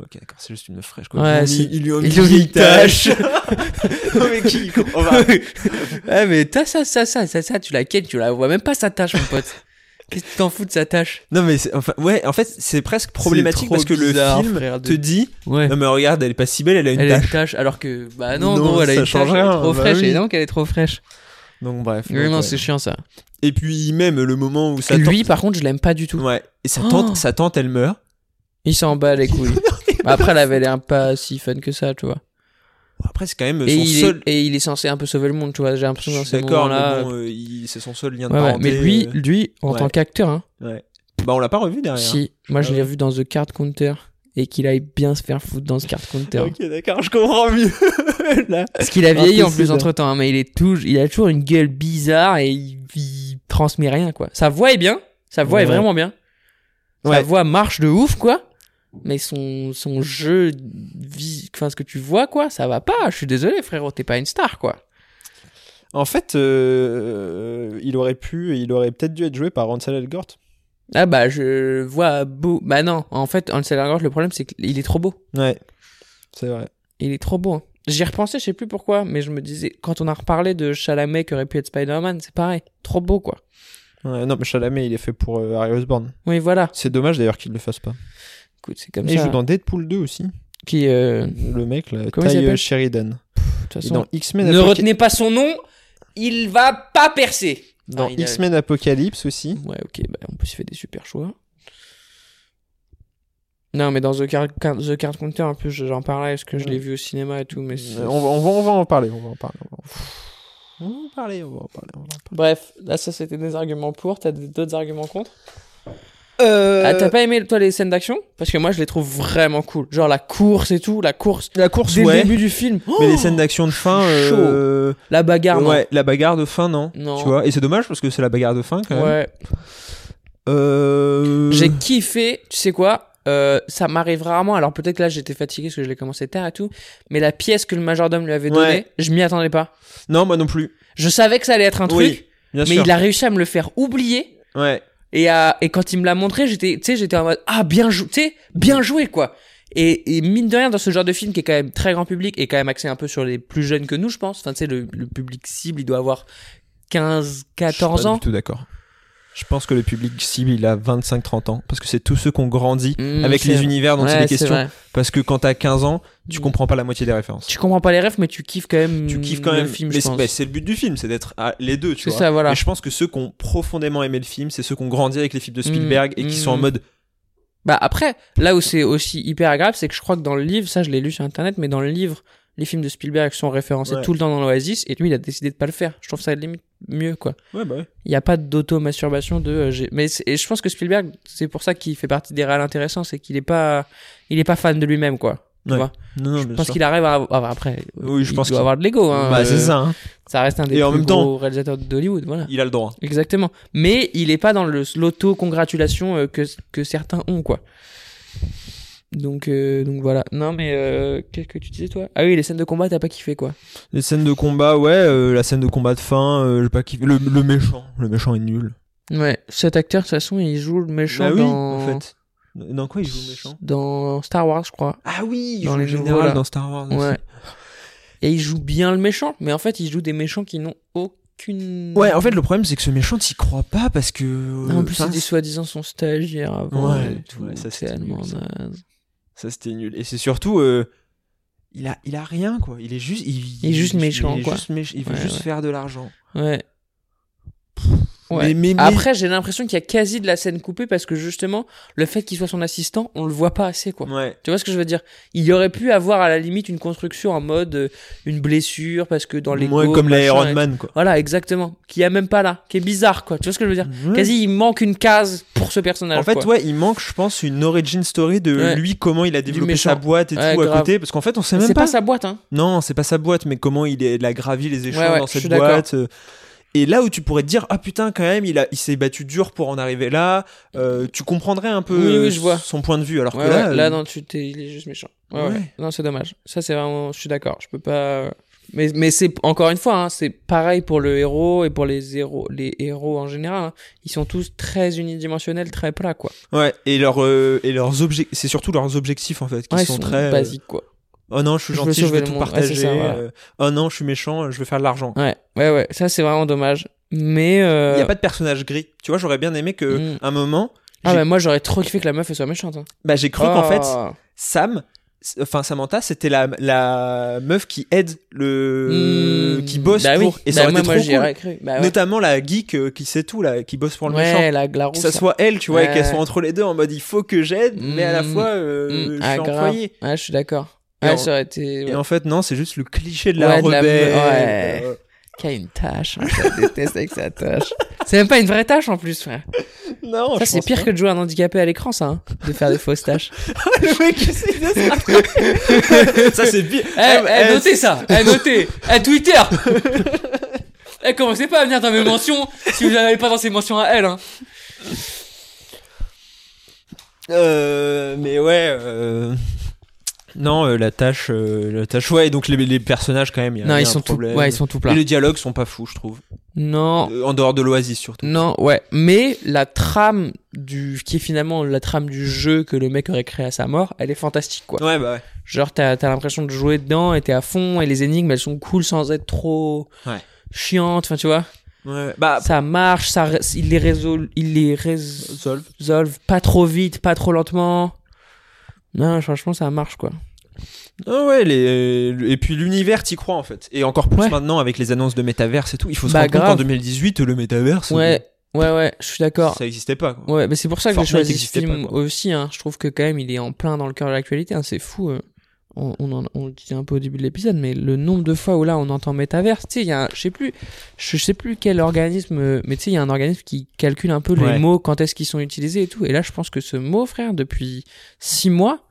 S6: Ok, d'accord, c'est juste une meuf fraîche. Quoi.
S5: Ouais,
S6: il,
S5: c'est-
S6: lui- il lui a
S5: il
S6: mis,
S5: lui a mis
S6: une tâche. non mais qui on va-
S5: Ah, mais t'as ça, ça, ça, ça, ça, tu la quittes, tu la vois même pas sa tâche, mon pote. Qu'est-ce que tu t'en fous de sa tâche
S6: Non mais c'est- enfin, ouais, en fait c'est presque problématique
S5: trop
S6: parce que
S5: bizarre,
S6: le film
S5: frère, de-
S6: te dit,
S5: Ouais.
S6: non mais regarde, elle est pas si belle, elle a une
S5: Elle a
S6: tâche.
S5: une tâche, alors que, bah non,
S6: Non,
S5: gros, elle a
S6: ça
S5: une
S6: change
S5: tâche, elle
S6: rien,
S5: est trop
S6: bah
S5: fraîche,
S6: oui.
S5: et donc elle est trop fraîche.
S6: Donc bref.
S5: Oui,
S6: donc,
S5: non,
S6: ouais.
S5: c'est chiant, ça.
S6: Et puis même le moment où sa
S5: Lui, par contre, je l'aime pas du tout.
S6: tante, ouais, et sa
S5: Oh.
S6: tante, sa tante, elle meurt.
S5: Il s'en bat les couilles. Bah, Après, elle avait l'air pas si fun que ça, tu vois.
S6: Après, c'est quand même
S5: Et
S6: son
S5: il,
S6: seul.
S5: est, et il est censé un peu sauver le monde, tu vois. J'ai
S6: Je
S5: l'impression dans
S6: suis
S5: ces
S6: D'accord,
S5: moments-là.
S6: mais bon, euh, il- c'est son seul lien de
S5: Ouais, ouais,
S6: parenté.
S5: Mais lui,
S6: euh,
S5: lui en
S6: ouais.
S5: tant qu'acteur, hein,
S6: ouais. bah on l'a pas revu derrière.
S5: si. Moi, je
S6: Ah
S5: l'ai
S6: ouais.
S5: vu dans The Card Counter et qu'il aille bien se faire foutre dans ce Card Counter.
S6: Ok, d'accord, je comprends mieux. Là.
S5: Parce qu'il a vieilli en plus
S6: Impossible.
S5: entre temps, mais il est tout, il a toujours une gueule bizarre et il, il transmet rien, quoi. Sa voix est bien, sa voix est
S6: Ouais.
S5: vraiment bien. Sa
S6: Ouais.
S5: voix marche de ouf, quoi. Mais son, son jeu, vis- enfin, ce que tu vois, quoi, ça va pas. Je suis désolé, frérot, t'es pas une star, quoi.
S6: En fait, euh, il aurait pu, il aurait peut-être dû être joué par Ansel Elgort.
S5: Ah bah je vois beau. Bah non, en fait, Ansel Elgort, le problème c'est qu'il est trop beau.
S6: Ouais, c'est vrai.
S5: Il est trop beau. hein. J'y repensais, je sais plus pourquoi, mais je me disais quand on a reparlé de Chalamet qui aurait pu être Spider-Man, c'est pareil, trop beau quoi.
S6: Ouais, non, mais Chalamet, il est fait pour euh, Harry Osborn.
S5: Oui voilà.
S6: C'est dommage d'ailleurs qu'il le fasse pas.
S5: Écoute, c'est comme
S6: Et il
S5: ça.
S6: joue dans Deadpool 2 aussi.
S5: Qui euh, de
S6: Le mec, là,
S5: Comment il
S6: Ty euh,
S5: s'appelle
S6: Sheridan. Et
S5: toute façon.
S6: dans X-Men
S5: Ne
S6: Apoca-
S5: retenez pas son nom, il va pas percer.
S6: Dans
S5: Ah, il a-
S6: X-Men Apocalypse aussi.
S5: Ouais ok, bah on peut s'y faire des super choix. Non mais dans The Card, The Card Counter un peu j'en parlais parce que je
S6: Ouais.
S5: l'ai vu au cinéma et tout mais c'est-
S6: Euh, On va, on, va, on va en parler, on va en parler. On va en on va en parler, on va en parler. on va en parler.
S5: Bref, là ça c'était des arguments pour, t'as des- d'autres arguments contre
S6: Euh,
S5: Ah, t'as pas aimé, toi, les scènes d'action Parce que moi, je les trouve vraiment cool. Genre la course et tout, la course.
S6: la course,
S5: Dès
S6: ouais.
S5: le début du film.
S6: mais
S5: Oh
S6: les scènes d'action de fin, euh,
S5: La bagarre, non.
S6: ouais, la bagarre de fin, non.
S5: Non.
S6: Tu vois, et c'est dommage parce que c'est la bagarre de fin quand même.
S5: Ouais.
S6: Euh,
S5: J'ai kiffé, tu sais quoi euh, ça m'arrive rarement, alors peut-être que là j'étais fatigué parce que je l'ai commencé tard et tout, mais la pièce que le majordome lui avait donnée,
S6: Ouais.
S5: je m'y attendais pas.
S6: Non, moi non plus.
S5: Je savais que ça allait être un
S6: Oui,
S5: truc,
S6: Bien
S5: mais
S6: sûr.
S5: il a réussi à me le faire oublier,
S6: Ouais.
S5: et, à, et quand il me l'a montré, j'étais, tu sais, j'étais en mode, ah, bien joué, tu sais, bien joué, quoi. Et, et mine de rien, dans ce genre de film qui est quand même très grand public et quand même axé un peu sur les plus jeunes que nous, je pense. Enfin, tu sais, le, le public cible, il doit avoir 15,
S6: Je
S5: 14
S6: suis pas
S5: ans.
S6: du tout d'accord. Je pense que le public cible, il a 25-30 ans parce que c'est tous ceux qui ont grandi
S5: Mmh,
S6: avec
S5: c'est
S6: les
S5: vrai.
S6: univers dont
S5: Ouais,
S6: il est
S5: c'est
S6: question.
S5: vrai.
S6: Parce que quand t'as 15 ans, tu
S5: Mm.
S6: comprends pas la moitié des références.
S5: Tu comprends pas les refs, mais tu kiffes quand même.
S6: tu kiffes quand même
S5: le film,
S6: mais
S5: je
S6: c'est-
S5: pense.
S6: bah, c'est le but du film c'est d'être à les deux tu
S5: C'est
S6: vois
S5: ça, voilà.
S6: et je pense que ceux qui ont profondément aimé le film c'est ceux qui ont grandi avec les films de Spielberg
S5: Mm,
S6: et qui
S5: mm.
S6: sont en mode
S5: Bah après, là où c'est aussi hyper agréable, c'est que je crois que dans le livre, ça je l'ai lu sur internet, mais dans le livre, les films de Spielberg sont référencés
S6: Ouais.
S5: tout le temps dans l'Oasis, et lui il a décidé de pas le faire. Je trouve ça limite mieux, quoi.
S6: Ouais, bah ouais.
S5: Il n'y a pas d'auto-masturbation de. euh, j'ai- mais c'est- et je pense que Spielberg, c'est pour ça qu'il fait partie des réels intéressants, c'est qu'il est pas, il est pas fan de lui-même, quoi. Tu
S6: Ouais,
S5: vois
S6: Non, non,
S5: je
S6: bien
S5: pense
S6: sûr.
S5: qu'il arrive à. avoir- après,
S6: Oui, je
S5: il
S6: pense
S5: doit
S6: qu'il-
S5: avoir de l'ego. Hein,
S6: Bah,
S5: euh,
S6: c'est ça, hein.
S5: Ça reste un des
S6: Et en
S5: plus
S6: même
S5: gros réalisateurs d'Hollywood, voilà.
S6: Il a le droit.
S5: Exactement. Mais il est pas dans le- l'auto-congratulation euh, que, que certains ont, quoi. Donc, euh, donc voilà. Non, mais euh, qu'est-ce que tu disais, toi Ah oui, les scènes de combat, t'as pas kiffé, quoi.
S6: Les scènes de combat, ouais, euh, la scène de combat de fin, euh, j'ai pas kiffé. Le, le méchant, le méchant est nul.
S5: Ouais, cet acteur, de toute façon, il joue le méchant
S6: Bah oui,
S5: dans...
S6: en fait. Dans quoi il joue le méchant
S5: dans Star Wars, je crois.
S6: Ah oui, il
S5: Dans
S6: joue
S5: les
S6: le
S5: nouveaux,
S6: général
S5: là.
S6: dans Star Wars. aussi.
S5: Ouais. Et il joue bien le méchant, mais en fait, il joue des méchants qui n'ont aucune... Ah,
S6: Ouais, en fait, le problème, c'est que ce méchant, t'y crois pas parce que.
S5: En plus,
S6: enfin,
S5: c'était soi-disant son stagiaire avant.
S6: Ouais,
S5: et tout.
S6: ouais, ça,
S5: c'est
S6: c'était
S5: tellement
S6: nul, ça.
S5: naze.
S6: ça, c'était nul. Et c'est surtout. euh, il, a, il a rien, quoi. Il est juste. Il,
S5: Il est juste méchant,
S6: il est
S5: quoi.
S6: juste méch- Il veut
S5: Ouais,
S6: juste
S5: ouais.
S6: faire de l'argent.
S5: Ouais.
S6: Mais-
S5: Ouais.
S6: mais- mais-
S5: Après, j'ai l'impression qu'il y a quasi de la scène coupée parce que justement, le fait qu'il soit son assistant, on le voit pas assez, quoi.
S6: Ouais.
S5: Tu vois ce que je veux dire Il y aurait pu avoir à la limite une construction en mode euh, une blessure parce que dans les
S6: Ouais, comme l'Iron Man, quoi.
S5: Voilà, exactement. Qui a même pas là, qui est bizarre, quoi. Tu vois ce que je veux dire
S6: Ouais.
S5: Quasi, il manque une case pour ce personnage.
S6: En fait,
S5: quoi.
S6: ouais, il manque, je pense, une origin story de
S5: Ouais.
S6: lui, comment il a développé
S5: méchant.
S6: sa boîte et
S5: Ouais,
S6: tout
S5: grave.
S6: à côté. Parce qu'en fait, on sait
S5: Mais
S6: même
S5: c'est pas...
S6: pas.
S5: sa boîte, hein.
S6: Non, c'est pas sa boîte, mais comment il, est, il a gravi les échelons
S5: Ouais, ouais,
S6: dans
S5: je
S6: cette
S5: suis d'accord.
S6: boîte. euh, Et là où tu pourrais te dire, ah putain, quand même, il, a- il s'est battu dur pour en arriver là, euh, tu comprendrais un peu
S5: Oui, oui,
S6: euh,
S5: je vois.
S6: son point de vue. Alors
S5: Ouais,
S6: que là,
S5: ouais, là,
S6: euh,
S5: non, tu t'es, il est juste méchant. Ouais, ouais.
S6: Ouais.
S5: Non, c'est dommage. Ça, c'est vraiment, je suis d'accord. Je peux pas. Mais, mais c'est encore une fois, hein, c'est pareil pour le héros et pour les héros, les héros en général. hein. Ils sont tous très unidimensionnels, très plats, quoi.
S6: ouais, et, leur, euh, et leurs objectifs, c'est surtout leurs objectifs en fait, qui
S5: Ouais,
S6: sont, très. euh,
S5: basiques, quoi.
S6: oh non, je suis
S5: Je veux
S6: gentil, je
S5: sauver
S6: veux
S5: le
S6: tout
S5: monde. Ouais, c'est
S6: partager.
S5: ça, voilà.
S6: euh, oh non, je suis méchant, je veux faire de l'argent.
S5: Ouais, ouais, ouais. Ça, c'est vraiment dommage. Mais
S6: euh, Il
S5: euh...
S6: n'y a pas de personnage gris. Tu vois, j'aurais bien aimé que
S5: Mm.
S6: un moment,
S5: ah
S6: j'ai-
S5: bah moi, j'aurais trop kiffé que la meuf elle soit méchante. Hein.
S6: bah, j'ai cru qu'en fait,
S5: Oh.
S6: Sam, c- enfin Samantha, c'était la, la meuf qui aide le.
S5: Hmm.
S6: euh, qui bosse
S5: bah
S6: pour.
S5: Oui.
S6: Et
S5: bah
S6: ça aurait
S5: moi,
S6: été
S5: moi,
S6: trop
S5: j'y
S6: cool.
S5: aurais cru. Bah, ouais.
S6: Notamment la geek euh, qui sait tout, là, qui bosse pour le
S5: ouais,
S6: méchant.
S5: la, la
S6: Que
S5: rousse, hein.
S6: ça
S5: là.
S6: soit elle, tu vois, et
S5: Ouais.
S6: qu'elle soit entre les deux en mode il faut que j'aide, mais à la
S5: Mm.
S6: fois euh,
S5: Mm,
S6: je
S5: ah,
S6: suis
S5: grave.
S6: employé.
S5: Ouais, je suis d'accord.
S6: Et
S5: Ouais,
S6: en-
S5: ça aurait été. ouais.
S6: Et en fait, non, c'est juste le cliché de la
S5: Ouais, de la me-
S6: rebelle.
S5: ouais.
S6: euh,
S5: qui a une tâche. Hein, je la déteste avec sa tâche. Oh, C'est même pas une vraie tâche en plus, frère.
S6: Non,
S5: ça, c'est pire que de jouer un handicapé à l'écran, ça, hein, de faire des fausses tâches.
S6: que le mec, c'est- ça c'est pire.
S5: Eh,
S6: Eh,
S5: eh,
S6: eh,
S5: notez ça Eh, notez Eh, Twitter Eh, commencez pas à venir dans mes mentions si vous n'avez pas dans ces mentions à elle, hein.
S6: Euh, mais ouais. euh, Non, euh, la tâche, euh, la tâche, ouais. Donc les, les personnages quand même, il y a
S5: Non,
S6: il y a
S5: ils
S6: un
S5: sont, tout,
S6: problème.
S5: ouais, ils sont tout plats.
S6: Et les dialogues sont pas fous, je trouve.
S5: Non,
S6: Euh, en dehors de l'Oasis surtout.
S5: non, ouais. Mais la trame du... qui est finalement la trame du jeu que le mec aurait créé à sa mort, elle est fantastique, quoi.
S6: Ouais, bah ouais.
S5: Genre, t'as t'as l'impression de jouer dedans et t'es à fond et les énigmes, elles sont cool sans être trop...
S6: Ouais.
S5: chiantes, enfin, tu vois
S6: Ouais, Bah,
S5: ça marche, ça, ré- il les résolve, il les résolve
S6: Solve.
S5: pas trop vite, pas trop lentement. Non, franchement, ça marche quoi.
S6: Ah ouais, les... et puis l'univers, t'y crois en fait. Et encore plus
S5: Ouais.
S6: maintenant avec les annonces de métaverse et tout. Il faut se
S5: Bah,
S6: rendre compte
S5: grave.
S6: qu'en 2018, le métaverse,
S5: Ouais, ouais, ouais, je suis
S6: euh,
S5: d'accord.
S6: ça existait pas. Quoi.
S5: Ouais, mais c'est pour ça que j'ai
S6: Fortnite
S5: choisi ce
S6: existait
S5: film
S6: pas, quoi.
S5: aussi. Hein. Je trouve que quand même, il est en plein dans le cœur de l'actualité. hein. C'est fou. euh. On, on, en- on le disait un peu au début de l'épisode, mais le nombre de fois où là on entend métaverse, tu sais, il y a, un- je sais plus, je sais plus quel organisme, euh, mais tu sais, il y a un organisme qui calcule un peu les
S6: Ouais.
S5: mots, quand est-ce qu'ils sont utilisés et tout. Et là, je pense que ce mot, frère, depuis six mois,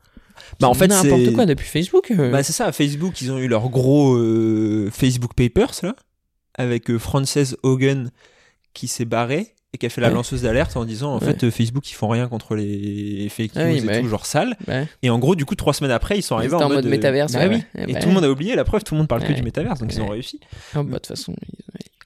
S6: Bah, en fait,
S5: n'importe
S6: c'est-
S5: quoi depuis Facebook. euh,
S6: Bah c'est ça. Facebook, ils ont eu leur gros euh, Facebook Papers là, avec euh, Frances Hogan qui s'est barrée et qui a fait la
S5: Ouais.
S6: lanceuse d'alerte en disant en
S5: Ouais.
S6: fait euh, Facebook ils font rien contre les fake news
S5: Ah oui,
S6: et
S5: bah
S6: tout
S5: oui.
S6: genre sale.
S5: ouais.
S6: Et en gros, du coup, trois semaines après, ils sont arrivés
S5: Ils étaient en
S6: en
S5: mode
S6: mode euh,
S5: métaverse,
S6: bah
S5: ouais,
S6: oui.
S5: ouais. Eh
S6: Et
S5: bah
S6: tout le monde a oublié. La preuve, tout le monde parle que
S5: Ouais.
S6: du métaverse, donc ils ont réussi.
S5: Ah, bah, de toute façon,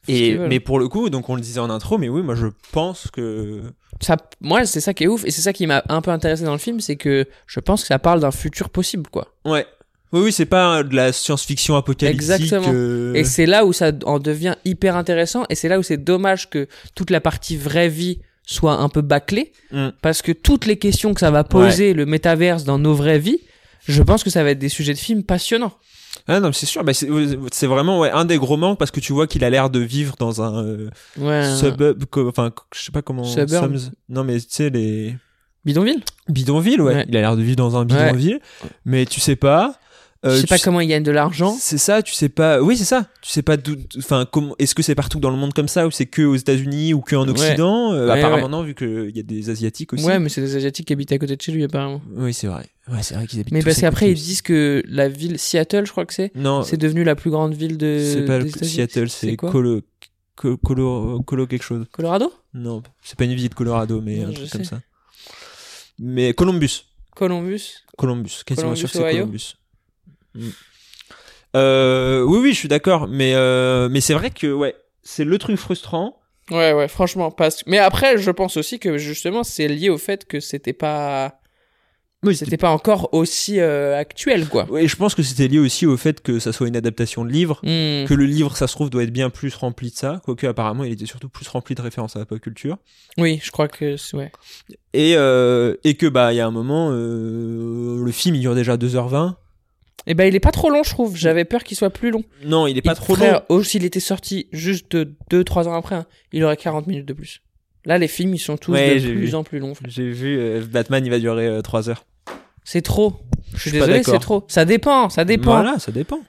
S5: ils-
S6: Et
S5: veulent.
S6: mais pour le coup, donc on le disait en intro, mais oui, moi je pense que
S5: ça, moi, c'est ça qui est ouf et c'est ça qui m'a un peu intéressé dans le film, c'est que je pense que ça parle d'un futur possible, quoi.
S6: ouais, oui, oui, c'est pas de la science-fiction apocalyptique.
S5: Exactement.
S6: euh,
S5: Et c'est là où ça en devient hyper intéressant et c'est là où c'est dommage que toute la partie vraie vie soit un peu bâclée
S6: Mm.
S5: parce que toutes les questions que ça va poser le métaverse dans nos vraies vies, je pense que ça va être des sujets de films passionnants.
S6: Ah non, mais c'est sûr. Bah, c'est c'est vraiment ouais, un des gros manques parce que tu vois qu'il a l'air de vivre dans un euh,
S5: Ouais.
S6: suburb, co- enfin co- je sais pas comment.
S5: Suburb.
S6: Sums- Non, mais tu sais les
S5: Bidonville
S6: bidonvilles, ouais.
S5: Ouais.
S6: Il a l'air de vivre dans un bidonville, mais tu sais pas. Euh,
S5: je sais
S6: tu
S5: pas comment ils gagnent de l'argent.
S6: C'est ça, tu sais pas. Oui, c'est ça. Tu sais pas d'où. Enfin, comment. Est-ce que c'est partout dans le monde comme ça ou c'est que aux États-Unis ou que en Occident Euh,
S5: Ouais,
S6: Apparemment
S5: ouais.
S6: non, vu qu'il y a des Asiatiques aussi.
S5: Bah, Ouais, mais c'est des Asiatiques qui habitent à côté de chez lui, apparemment.
S6: Oui, c'est vrai. Ouais, c'est vrai qu'ils habitent.
S5: Mais
S6: tous
S5: parce
S6: ces
S5: qu'après, ils
S6: petits-
S5: disent que la ville Seattle, je crois que c'est,
S6: Non,
S5: c'est devenu la plus grande ville de.
S6: c'est pas
S5: des
S6: le-
S5: États-Unis.
S6: Seattle, c'est
S5: quoi
S6: Colo, Co- Colo, Colo quelque chose.
S5: Colorado
S6: Non, c'est pas une ville de Colorado, mais
S5: Non,
S6: un
S5: je
S6: truc comme
S5: sais.
S6: ça. Mais Columbus.
S5: Columbus
S6: Columbus, quasiment
S5: Columbus,
S6: sûr que c'est
S5: Ohio
S6: Columbus. Mm. Euh, oui, oui, je suis d'accord, mais, euh, mais c'est vrai que ouais, c'est le truc frustrant.
S5: Ouais, ouais, franchement, parce Mais après, je pense aussi que justement, c'est lié au fait que c'était pas.
S6: Oui,
S5: C'était pas encore aussi euh, actuel, quoi.
S6: Ouais, je pense que c'était lié aussi au fait que ça soit une adaptation de livre,
S5: Hmm.
S6: que le livre, ça se trouve, doit être bien plus rempli de ça, quoique apparemment il était surtout plus rempli de références à la pop culture.
S5: Oui, je crois que. c'est- Ouais.
S6: Et, euh, et que bah il y a un moment, euh, le film il dure déjà 2h20.
S5: Et ben, il est pas trop long, je trouve. J'avais peur qu'il soit plus long.
S6: Non, il est pas
S5: Il-
S6: trop
S5: frère,
S6: long.
S5: Oh, s'il était sorti juste 2-3 ans après, hein, il aurait 40 minutes de plus. Là, les films, ils sont tous
S6: Ouais,
S5: de
S6: j'ai
S5: plus
S6: vu.
S5: en plus longs. frère.
S6: J'ai vu euh, Batman, il va durer 3 heures.
S5: C'est trop. Je suis
S6: suis pas
S5: désolé,
S6: d'accord.
S5: c'est trop. Ça dépend, ça dépend.
S6: Voilà, ça dépend.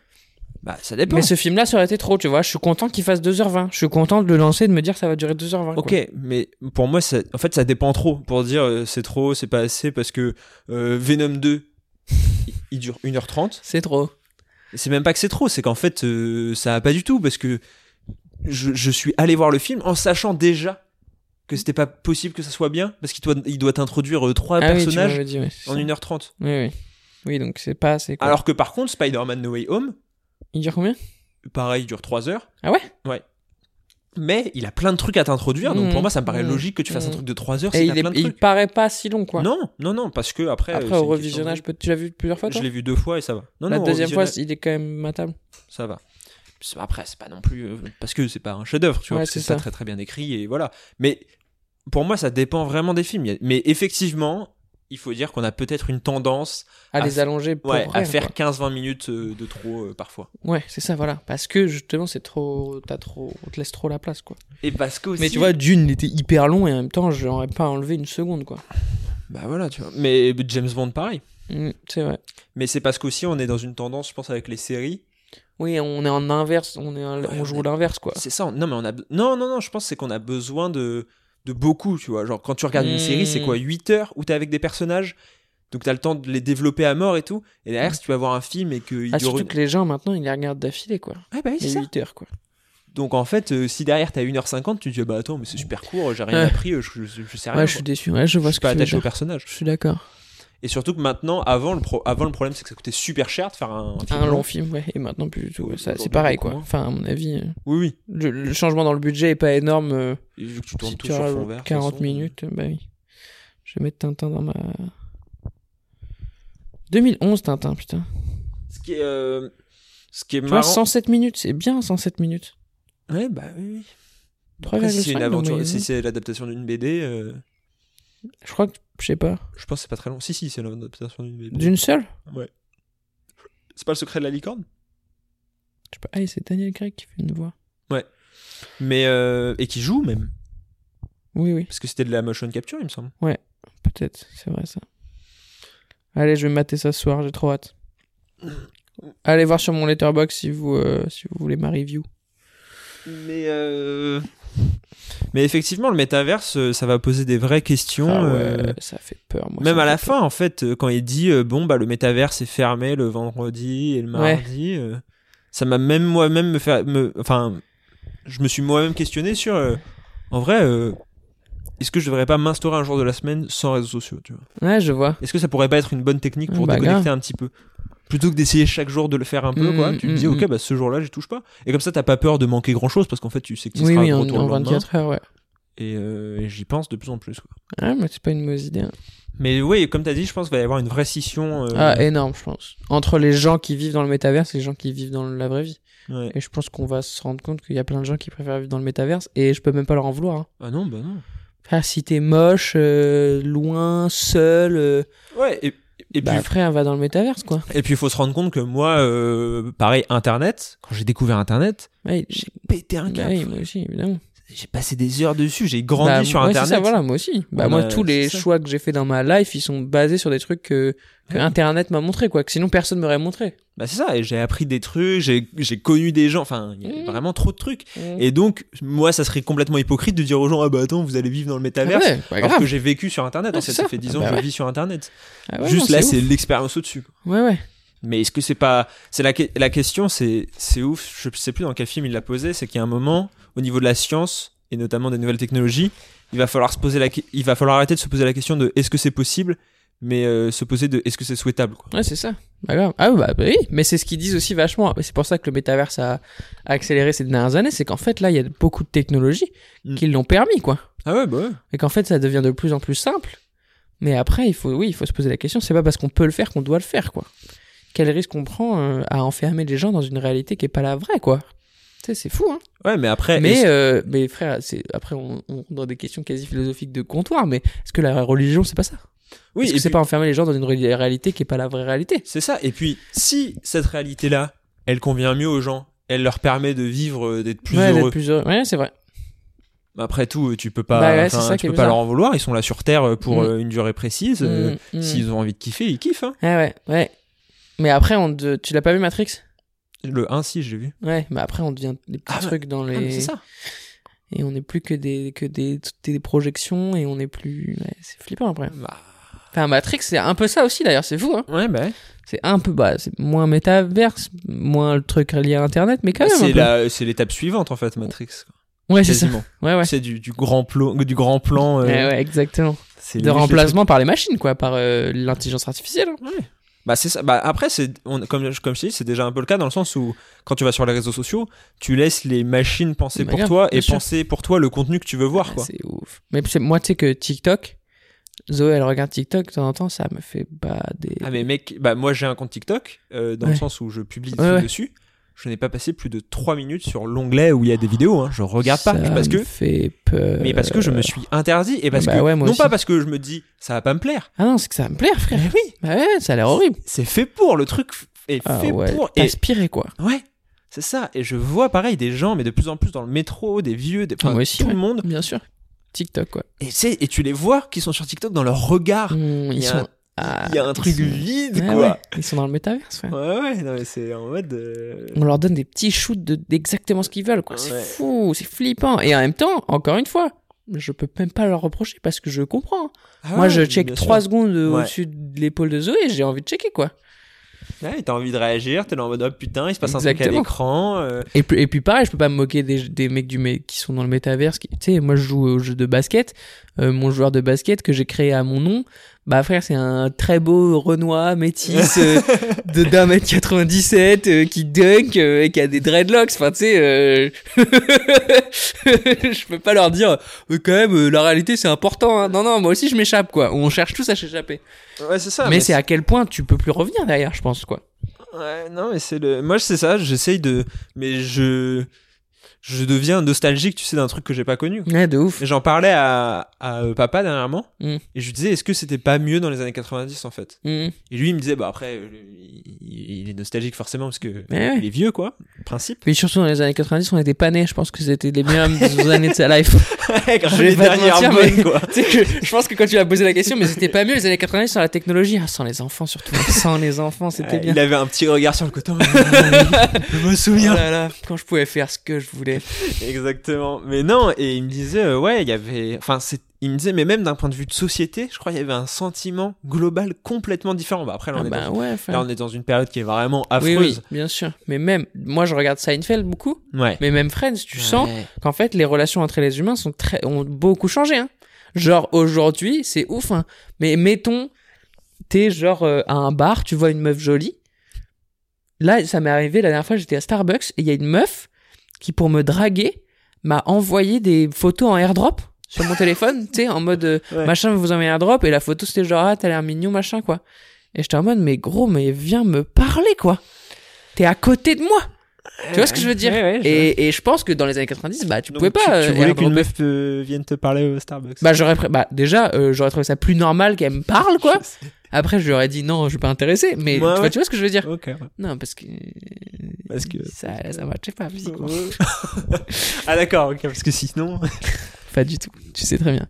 S6: Bah ça dépend.
S5: Mais ce film-là, ça aurait été trop, tu vois. Je suis content qu'il fasse 2h20. Je suis content de le lancer, de me dire ça va durer 2h20.
S6: Ok, mais pour moi, ça, en fait, ça dépend trop. Pour dire euh, c'est trop, c'est pas assez, parce que euh, Venom 2, il- il dure 1h30.
S5: C'est trop.
S6: C'est même pas que c'est trop, c'est qu'en fait, euh, ça va pas du tout, parce que je, je suis allé voir le film en sachant déjà que c'était pas possible que ça soit bien, parce qu'il doit, il doit t'introduire euh, trois
S5: Ah oui, tu
S6: personnages
S5: m'avais dit, ouais, c'est
S6: en
S5: ça.
S6: 1h30.
S5: Oui, oui. Oui, donc c'est pas assez. quoi.
S6: Alors que par contre, Spider-Man No Way Home,
S5: il dure combien
S6: pareil, il dure 3 heures.
S5: Ah ouais
S6: Ouais. Mais il a plein de trucs à t'introduire, donc
S5: Mhm.
S6: pour moi, ça me paraît
S5: Mhm.
S6: logique que tu fasses un
S5: Mhm.
S6: truc de 3 heures,
S5: Et
S6: si t'as
S5: il, est-
S6: plein de
S5: il
S6: trucs.
S5: paraît pas si long, quoi.
S6: Non, non, non, parce que après. euh,
S5: Après,
S6: c'est
S5: au
S6: une
S5: revisionnage,
S6: question
S5: peut- tu l'as vu plusieurs fois,
S6: de- Je
S5: toi
S6: l'ai vu deux fois et ça va. Non,
S5: La
S6: non, au
S5: deuxième fois,
S6: revisionnage,
S5: il est quand même matable.
S6: ça va. C'est- Après, c'est pas non plus. euh, Parce que c'est pas un chef-d'œuvre, tu vois.
S5: Ouais,
S6: parce que
S5: c'est
S6: c'est pas
S5: ça.
S6: très très bien écrit et voilà. Mais pour moi, ça dépend vraiment des films. Il y a- Mais effectivement, il faut dire qu'on a peut-être une tendance
S5: À
S6: À
S5: les
S6: f-
S5: allonger pour
S6: ouais, à
S5: rien,
S6: faire
S5: quoi.
S6: 15-20 minutes euh, de trop euh, parfois.
S5: Ouais, c'est ça, voilà. Parce que justement, c'est trop. T'as trop. On te laisse trop la place, quoi.
S6: Et parce que aussi.
S5: Mais tu vois, Dune, il était hyper long et en même temps, j'aurais pas enlevé une seconde, quoi.
S6: Bah voilà, tu vois. Mais James Bond, pareil.
S5: Mm, c'est vrai.
S6: Mais c'est parce qu'aussi, on est dans une tendance, je pense, avec les séries.
S5: Oui, on est en inverse, on, est en-
S6: Ouais,
S5: on
S6: on
S5: joue
S6: est-
S5: l'inverse, quoi.
S6: C'est ça. on- Non, mais on a. be- Non, non, non, je pense que c'est qu'on a besoin de, de beaucoup, tu vois. Genre, quand tu regardes une série, c'est quoi
S5: Hmm.
S6: 8 heures où t'es avec des personnages Donc, t'as le temps de les développer à mort et tout. Et derrière, si tu vas voir un film et qu'il
S5: Hmm. Ah,
S6: dure.
S5: surtout que les gens, maintenant, ils les regardent d'affilée, quoi.
S6: Ouais, bah oui, c'est
S5: Les
S6: ça.
S5: 8 heures, quoi.
S6: Donc, en fait, euh, si derrière t'as 1h50, tu te dis, bah attends, mais c'est super court, j'ai rien
S5: Ouais.
S6: appris, euh, je, je, je sais rien.
S5: Ouais, Ah, je
S6: quoi.
S5: suis déçu. Ouais, je vois
S6: Je
S5: ce
S6: suis
S5: que
S6: pas
S5: tu veux
S6: attaché au
S5: dire.
S6: personnage.
S5: Je suis d'accord.
S6: Et surtout que maintenant, avant le, pro- avant, le problème, c'est que ça coûtait super cher de faire un, film
S5: Un long film, ouais. Et maintenant, plus du tout. ouais, ça,
S6: Aujourd'hui,
S5: c'est pareil,
S6: beaucoup
S5: quoi.
S6: moins.
S5: Enfin, à mon avis, euh,
S6: Oui, oui.
S5: le, le changement dans le budget est pas énorme. euh,
S6: Et vu que tu tournes
S5: si
S6: tout
S5: tu
S6: sur
S5: as
S6: fond vert. de toute
S5: 40
S6: façon, euh.
S5: minutes, bah oui. Je vais mettre Tintin dans ma. 2011, Tintin, putain.
S6: Ce qui est, euh, ce qui est
S5: Tu vois,
S6: marrant.
S5: 107 minutes, c'est bien 107 minutes.
S6: Ouais, bah oui, oui. Après,
S5: 3,5
S6: si c'est une
S5: de
S6: aventure,
S5: moyenne.
S6: si c'est l'adaptation d'une BD, euh,
S5: Je crois que, je sais pas.
S6: je pense que c'est pas très long. Si, si, c'est l'adaptation d'une BD.
S5: D'une seule
S6: C'est pas le secret de la licorne
S5: Je sais pas. Ah, et c'est Daniel Craig qui fait une voix.
S6: Mais, euh, et qui joue même.
S5: Oui, oui,
S6: Parce que c'était de la motion capture, il me semble.
S5: peut-être. C'est vrai, ça. Allez, je vais mater ça ce soir, j'ai trop hâte. Allez voir sur mon letterbox si vous, euh, si vous voulez ma review.
S6: Mais, euh, Mais effectivement, le métaverse, euh, ça va poser des vraies questions.
S5: Ah ouais,
S6: euh,
S5: ça fait peur, moi.
S6: Même
S5: ça
S6: à
S5: me
S6: la
S5: fait peur.
S6: fin, en fait, euh, quand il dit euh, bon bah le métaverse est fermé le vendredi et le
S5: Ouais.
S6: mardi, euh, ça m'a même moi-même me fait, me- enfin, je me suis moi-même questionné sur, euh, en vrai, euh, est-ce que je devrais pas m'instaurer un jour de la semaine sans réseaux sociaux, tu vois
S5: Ouais, je vois.
S6: Est-ce que ça pourrait pas être une bonne technique pour
S5: Ah, bah,
S6: déconnecter un petit peu Plutôt que d'essayer chaque jour de le faire un peu,
S5: Mm,
S6: quoi, tu te
S5: mm,
S6: dis, ok,
S5: mm.
S6: bah ce jour-là, j'y touche pas. Et comme ça, t'as pas peur de manquer grand-chose parce qu'en fait, tu sais que tu
S5: Oui,
S6: seras
S5: oui,
S6: de
S5: en,
S6: retour
S5: en
S6: le lendemain.
S5: 24 heures, ouais.
S6: Et, euh, et j'y pense de plus en plus. Quoi.
S5: Ah, mais c'est pas une mauvaise idée. hein.
S6: Mais oui, comme t'as dit, je pense qu'il va y avoir une vraie scission. euh,
S5: Ah, énorme, je pense. Entre les gens qui vivent dans le métaverse et les gens qui vivent dans la vraie vie.
S6: ouais.
S5: Et je pense qu'on va se rendre compte qu'il y a plein de gens qui préfèrent vivre dans le métaverse et je peux même pas leur en vouloir. hein.
S6: Ah non, bah non.
S5: Frère, si t'es moche, euh, loin, seul, euh,
S6: Ouais, et, et
S5: bah
S6: puis
S5: frère, va dans le métaverse, quoi.
S6: et puis il faut se rendre compte que moi, euh, pareil, Internet, quand j'ai découvert Internet,
S5: Ouais,
S6: j'ai pété un
S5: bah
S6: câble.
S5: oui, moi aussi, évidemment.
S6: j'ai passé des heures dessus, j'ai grandi
S5: Bah,
S6: sur
S5: ouais, c'est
S6: Internet.
S5: ça, voilà, moi aussi. Bah,
S6: On
S5: moi,
S6: a-
S5: tous les
S6: c'est ça.
S5: choix que j'ai fait dans ma life, ils sont basés sur des trucs que, que Internet m'a montré, quoi. Que sinon, personne m'aurait montré.
S6: Bah, c'est ça, et j'ai appris des trucs, j'ai j'ai connu des gens, enfin, il y a
S5: Mm.
S6: vraiment trop de trucs.
S5: Mmh.
S6: Et donc, moi, ça serait complètement hypocrite de dire aux gens, ah bah attends, vous allez vivre dans le
S5: Ah
S6: métaverse.
S5: ouais, bah,
S6: alors
S5: grave.
S6: que j'ai vécu sur Internet,
S5: Ouais,
S6: en fait,
S5: c'est
S6: ça
S5: ça.
S6: fait 10 ans
S5: Bah
S6: que
S5: ouais.
S6: je vis sur Internet.
S5: Ah ouais, non,
S6: Juste là,
S5: ouf.
S6: c'est l'expérience au-dessus. quoi.
S5: Ouais, ouais.
S6: Mais est-ce que c'est pas. c'est la, que- la question, c'est c'est ouf, je sais plus dans quel film il l'a posé, c'est qu'il y a un moment, au niveau de la science, et notamment des nouvelles technologies, il va falloir, se poser la, que- il va falloir arrêter de se poser la question de est-ce que c'est possible, mais euh, se poser de est-ce que c'est souhaitable. Quoi.
S5: Ouais, c'est ça. Bah, grave. Ah, bah, bah oui, mais c'est ce qu'ils disent aussi vachement. C'est pour ça que le métaverse a a accéléré ces dernières années. C'est qu'en fait, là, il y a beaucoup de technologies
S6: Mm.
S5: qui l'ont permis, quoi.
S6: Ah ouais, bah ouais.
S5: Et qu'en fait, ça devient de plus en plus simple. Mais après, il faut, oui, il faut se poser la question. C'est pas parce qu'on peut le faire qu'on doit le faire, quoi. Quel risque on prend euh, à enfermer les gens dans une réalité qui est pas la vraie, quoi. Tu sais, c'est fou, hein.
S6: Ouais, mais après. est-ce-
S5: Mais, euh, mais frère, c'est après on, on rentre dans des questions quasi philosophiques de comptoir. Mais est-ce que la religion c'est pas ça
S6: oui,
S5: euh, Est-ce
S6: et
S5: que c'est
S6: puis-
S5: pas enfermer les gens dans une ré- réalité qui est pas la vraie réalité
S6: C'est ça. Et puis, si cette réalité-là, elle convient mieux aux gens, elle leur permet de vivre, euh, d'être plus
S5: ouais, d'être
S6: heureux.
S5: plus heureux. Ouais, c'est vrai.
S6: Après tout, euh, tu peux pas,
S5: Bah ouais,
S6: enfin,
S5: c'est ça qui
S6: tu
S5: est
S6: peux pas
S5: bizarre.
S6: leur en vouloir. Ils sont là sur Terre euh, pour
S5: Mm.
S6: euh, une durée précise. euh,
S5: Mm, mm.
S6: S'ils ont envie de kiffer, ils kiffent. hein.
S5: Ouais, ouais, ouais. Mais après, on de- tu l'as pas vu Matrix
S6: Le 1, si, j'ai vu.
S5: Ouais, mais après on devient des petits
S6: Ah, mais-
S5: trucs dans les.
S6: Ah, mais c'est ça.
S5: et on n'est plus que des que des, des projections et on n'est plus ouais, c'est flippant après
S6: Bah,
S5: enfin Matrix c'est un peu ça aussi d'ailleurs c'est fou hein
S6: ouais, bah, ouais.
S5: c'est un peu bah c'est moins métaverse moins le truc lié à internet mais quand même Ah, un
S6: c'est
S5: peu.
S6: la- c'est l'étape suivante en fait, Matrix. quoi.
S5: ouais c'est ça
S6: Quasiment.
S5: ouais ouais
S6: C'est du, du grand plan, du grand plan. euh,
S5: Ouais, ouais, exactement
S6: c'est
S5: de
S6: limite le
S5: remplacement par les machines quoi par euh, l'intelligence artificielle hein.
S6: Bah c'est ça. Bah après c'est on- comme je- comme je te dis c'est déjà un peu le cas dans le sens où quand tu vas sur les réseaux sociaux tu laisses les machines penser
S5: Bah,
S6: pour
S5: grave,
S6: toi
S5: bien
S6: et
S5: sûr.
S6: penser pour toi le contenu que tu veux voir
S5: Ah,
S6: quoi.
S5: c'est ouf mais c'est- moi tu sais que TikTok Zoé elle regarde TikTok de temps en temps ça me fait bah des
S6: Ah mais mec bah moi j'ai un compte TikTok euh, dans le
S5: Ouais.
S6: sens où je publie des
S5: Ouais,
S6: trucs
S5: ouais.
S6: dessus. Je n'ai pas passé plus de 3 minutes sur l'onglet où il y a des vidéos hein. Je regarde pas
S5: Ça
S6: parce
S5: me
S6: que
S5: fait peur.
S6: mais parce que je me suis interdit et parce
S5: Euh, bah
S6: que
S5: ouais,
S6: non
S5: moi aussi.
S6: pas parce que je me dis ça va pas me plaire.
S5: ah non c'est que ça va me plaire frère
S6: Mais oui,
S5: bah ouais ça a l'air horrible
S6: c'est fait pour le truc f- est
S5: ah
S6: fait
S5: ouais
S6: pour et
S5: t'aspirais quoi
S6: ouais. C'est ça, et je vois pareil des gens, mais de plus en plus dans le métro, des vieux, des, enfin,
S5: Moi aussi,
S6: tout
S5: ouais.
S6: le monde,
S5: Bien sûr. TikTok, quoi. Mmh,
S6: Et, c'est- et tu les vois qui sont sur TikTok dans leur regard. il
S5: ils
S6: y a
S5: sont.
S6: un-
S5: ah,
S6: Il y a un
S5: ils
S6: truc
S5: sont-
S6: vide,
S5: Ouais,
S6: quoi.
S5: ouais, Ils sont dans le métaverse, ouais.
S6: Ouais, ouais, non, mais c'est en mode. euh,
S5: On leur donne des petits shoots de- d'exactement ce qu'ils veulent, quoi. C'est
S6: Ouais.
S5: fou, c'est flippant. Et en même temps, encore une fois, je peux même pas leur reprocher parce que je comprends.
S6: ah
S5: Moi,
S6: ouais,
S5: je
S6: bien
S5: check
S6: sûr.
S5: 3 secondes
S6: Ouais.
S5: au-dessus de l'épaule de Zoé et j'ai envie de checker, quoi.
S6: Ouais, t'as envie de réagir, t'es là en mode oh, putain, il se passe un truc à
S5: Exactement.
S6: l'écran. euh,
S5: Et puis, et puis pareil, je peux pas me moquer des, des mecs du mé- qui sont dans le métaverse. qui- Tu sais, moi je joue au jeu de basket. Euh, mon joueur de basket que j'ai créé à mon nom, bah frère, c'est un très beau Renoir métis euh, de d'un mètre 97 euh, qui dunk euh, et qui a des dreadlocks. Enfin, tu sais, euh, je peux pas leur dire, mais quand même, euh, la réalité c'est important. hein. Non, non, moi aussi je m'échappe quoi. On cherche tous à s'échapper.
S6: Ouais, c'est ça.
S5: Ah, mais c'est à quel point tu peux plus revenir derrière, je pense quoi.
S6: Ouais, non, mais c'est le. Moi, c'est ça, j'essaye de. Mais je. Je deviens nostalgique, tu sais, d'un truc que j'ai pas connu.
S5: Ouais, de ouf.
S6: Et J'en parlais à, à euh, papa dernièrement,
S5: Mm.
S6: et je lui disais, est-ce que c'était pas mieux dans les années 90 en fait
S5: Mhm.
S6: Et lui, il me disait, bah après, euh, il, il est nostalgique forcément parce que
S5: Mais Eh ouais.
S6: il est vieux, quoi, principe.
S5: Puis surtout dans les années 90, on était pas nés. Je pense que c'était les meilleures années de sa life.
S6: je
S5: Je vais
S6: les
S5: pas te
S6: dernières
S5: mentir,
S6: bonnes,
S5: mais-
S6: quoi.
S5: tu sais que je pense que quand tu as posé la question, mais c'était pas mieux les années 90 sans la technologie. Ah, sans les enfants surtout. Sans les enfants, c'était
S6: Ouais,
S5: bien.
S6: Il avait un petit regard sur le coton. je me souviens.
S5: Oh là là, quand je pouvais faire ce que je voulais.
S6: Exactement. Mais non, et il me disait, euh, ouais, il y avait. Enfin, c'est- il me disait, mais même d'un point de vue de société, je crois qu'il y avait un sentiment global complètement différent. Bah, après, là, on,
S5: Ah
S6: est,
S5: bah
S6: dans...
S5: ouais, enfin.
S6: là, on est dans une période qui est vraiment
S5: oui, oui,
S6: affreuse.
S5: bien sûr. Mais même, moi je regarde Seinfeld beaucoup,
S6: Ouais.
S5: mais même Friends, tu sens
S6: Ouais.
S5: qu'en fait les relations entre les humains sont très, ont beaucoup changé. Hein. Genre aujourd'hui, c'est ouf. Hein. Mais mettons, t'es genre euh, à un bar, tu vois une meuf jolie. Là, ça m'est arrivé la dernière fois, j'étais à Starbucks et il y a une meuf qui, pour me draguer, m'a envoyé des photos en airdrop sur mon téléphone, tu sais, en mode euh,
S6: Ouais.
S5: machin, vous envoyez un airdrop et la photo c'était genre ah t'as l'air mignon machin quoi. Et j'étais en mode mais gros mais viens me parler quoi. T'es à côté de moi. Tu vois ce que je veux dire
S6: Ouais, ouais, je vois.
S5: et, et je pense que dans les années 90, bah tu
S6: Donc,
S5: pouvais pas.
S6: Tu,
S5: euh,
S6: tu voulais
S5: airdropper.
S6: qu'une meuf te- vienne te parler au Starbucks.
S5: Bah j'aurais, pré- bah déjà euh, j'aurais trouvé ça plus normal qu'elle me parle quoi. Après, je leur ai dit non, je suis pas intéressé, mais tu,
S6: Ouais,
S5: vois,
S6: ouais.
S5: tu vois ce que je veux dire
S6: Ok.
S5: Non, parce que.
S6: Parce que-
S5: Ça, ça marchait pas physiquement.
S6: ah d'accord, ok, parce que sinon.
S5: Pas du tout, tu sais très bien.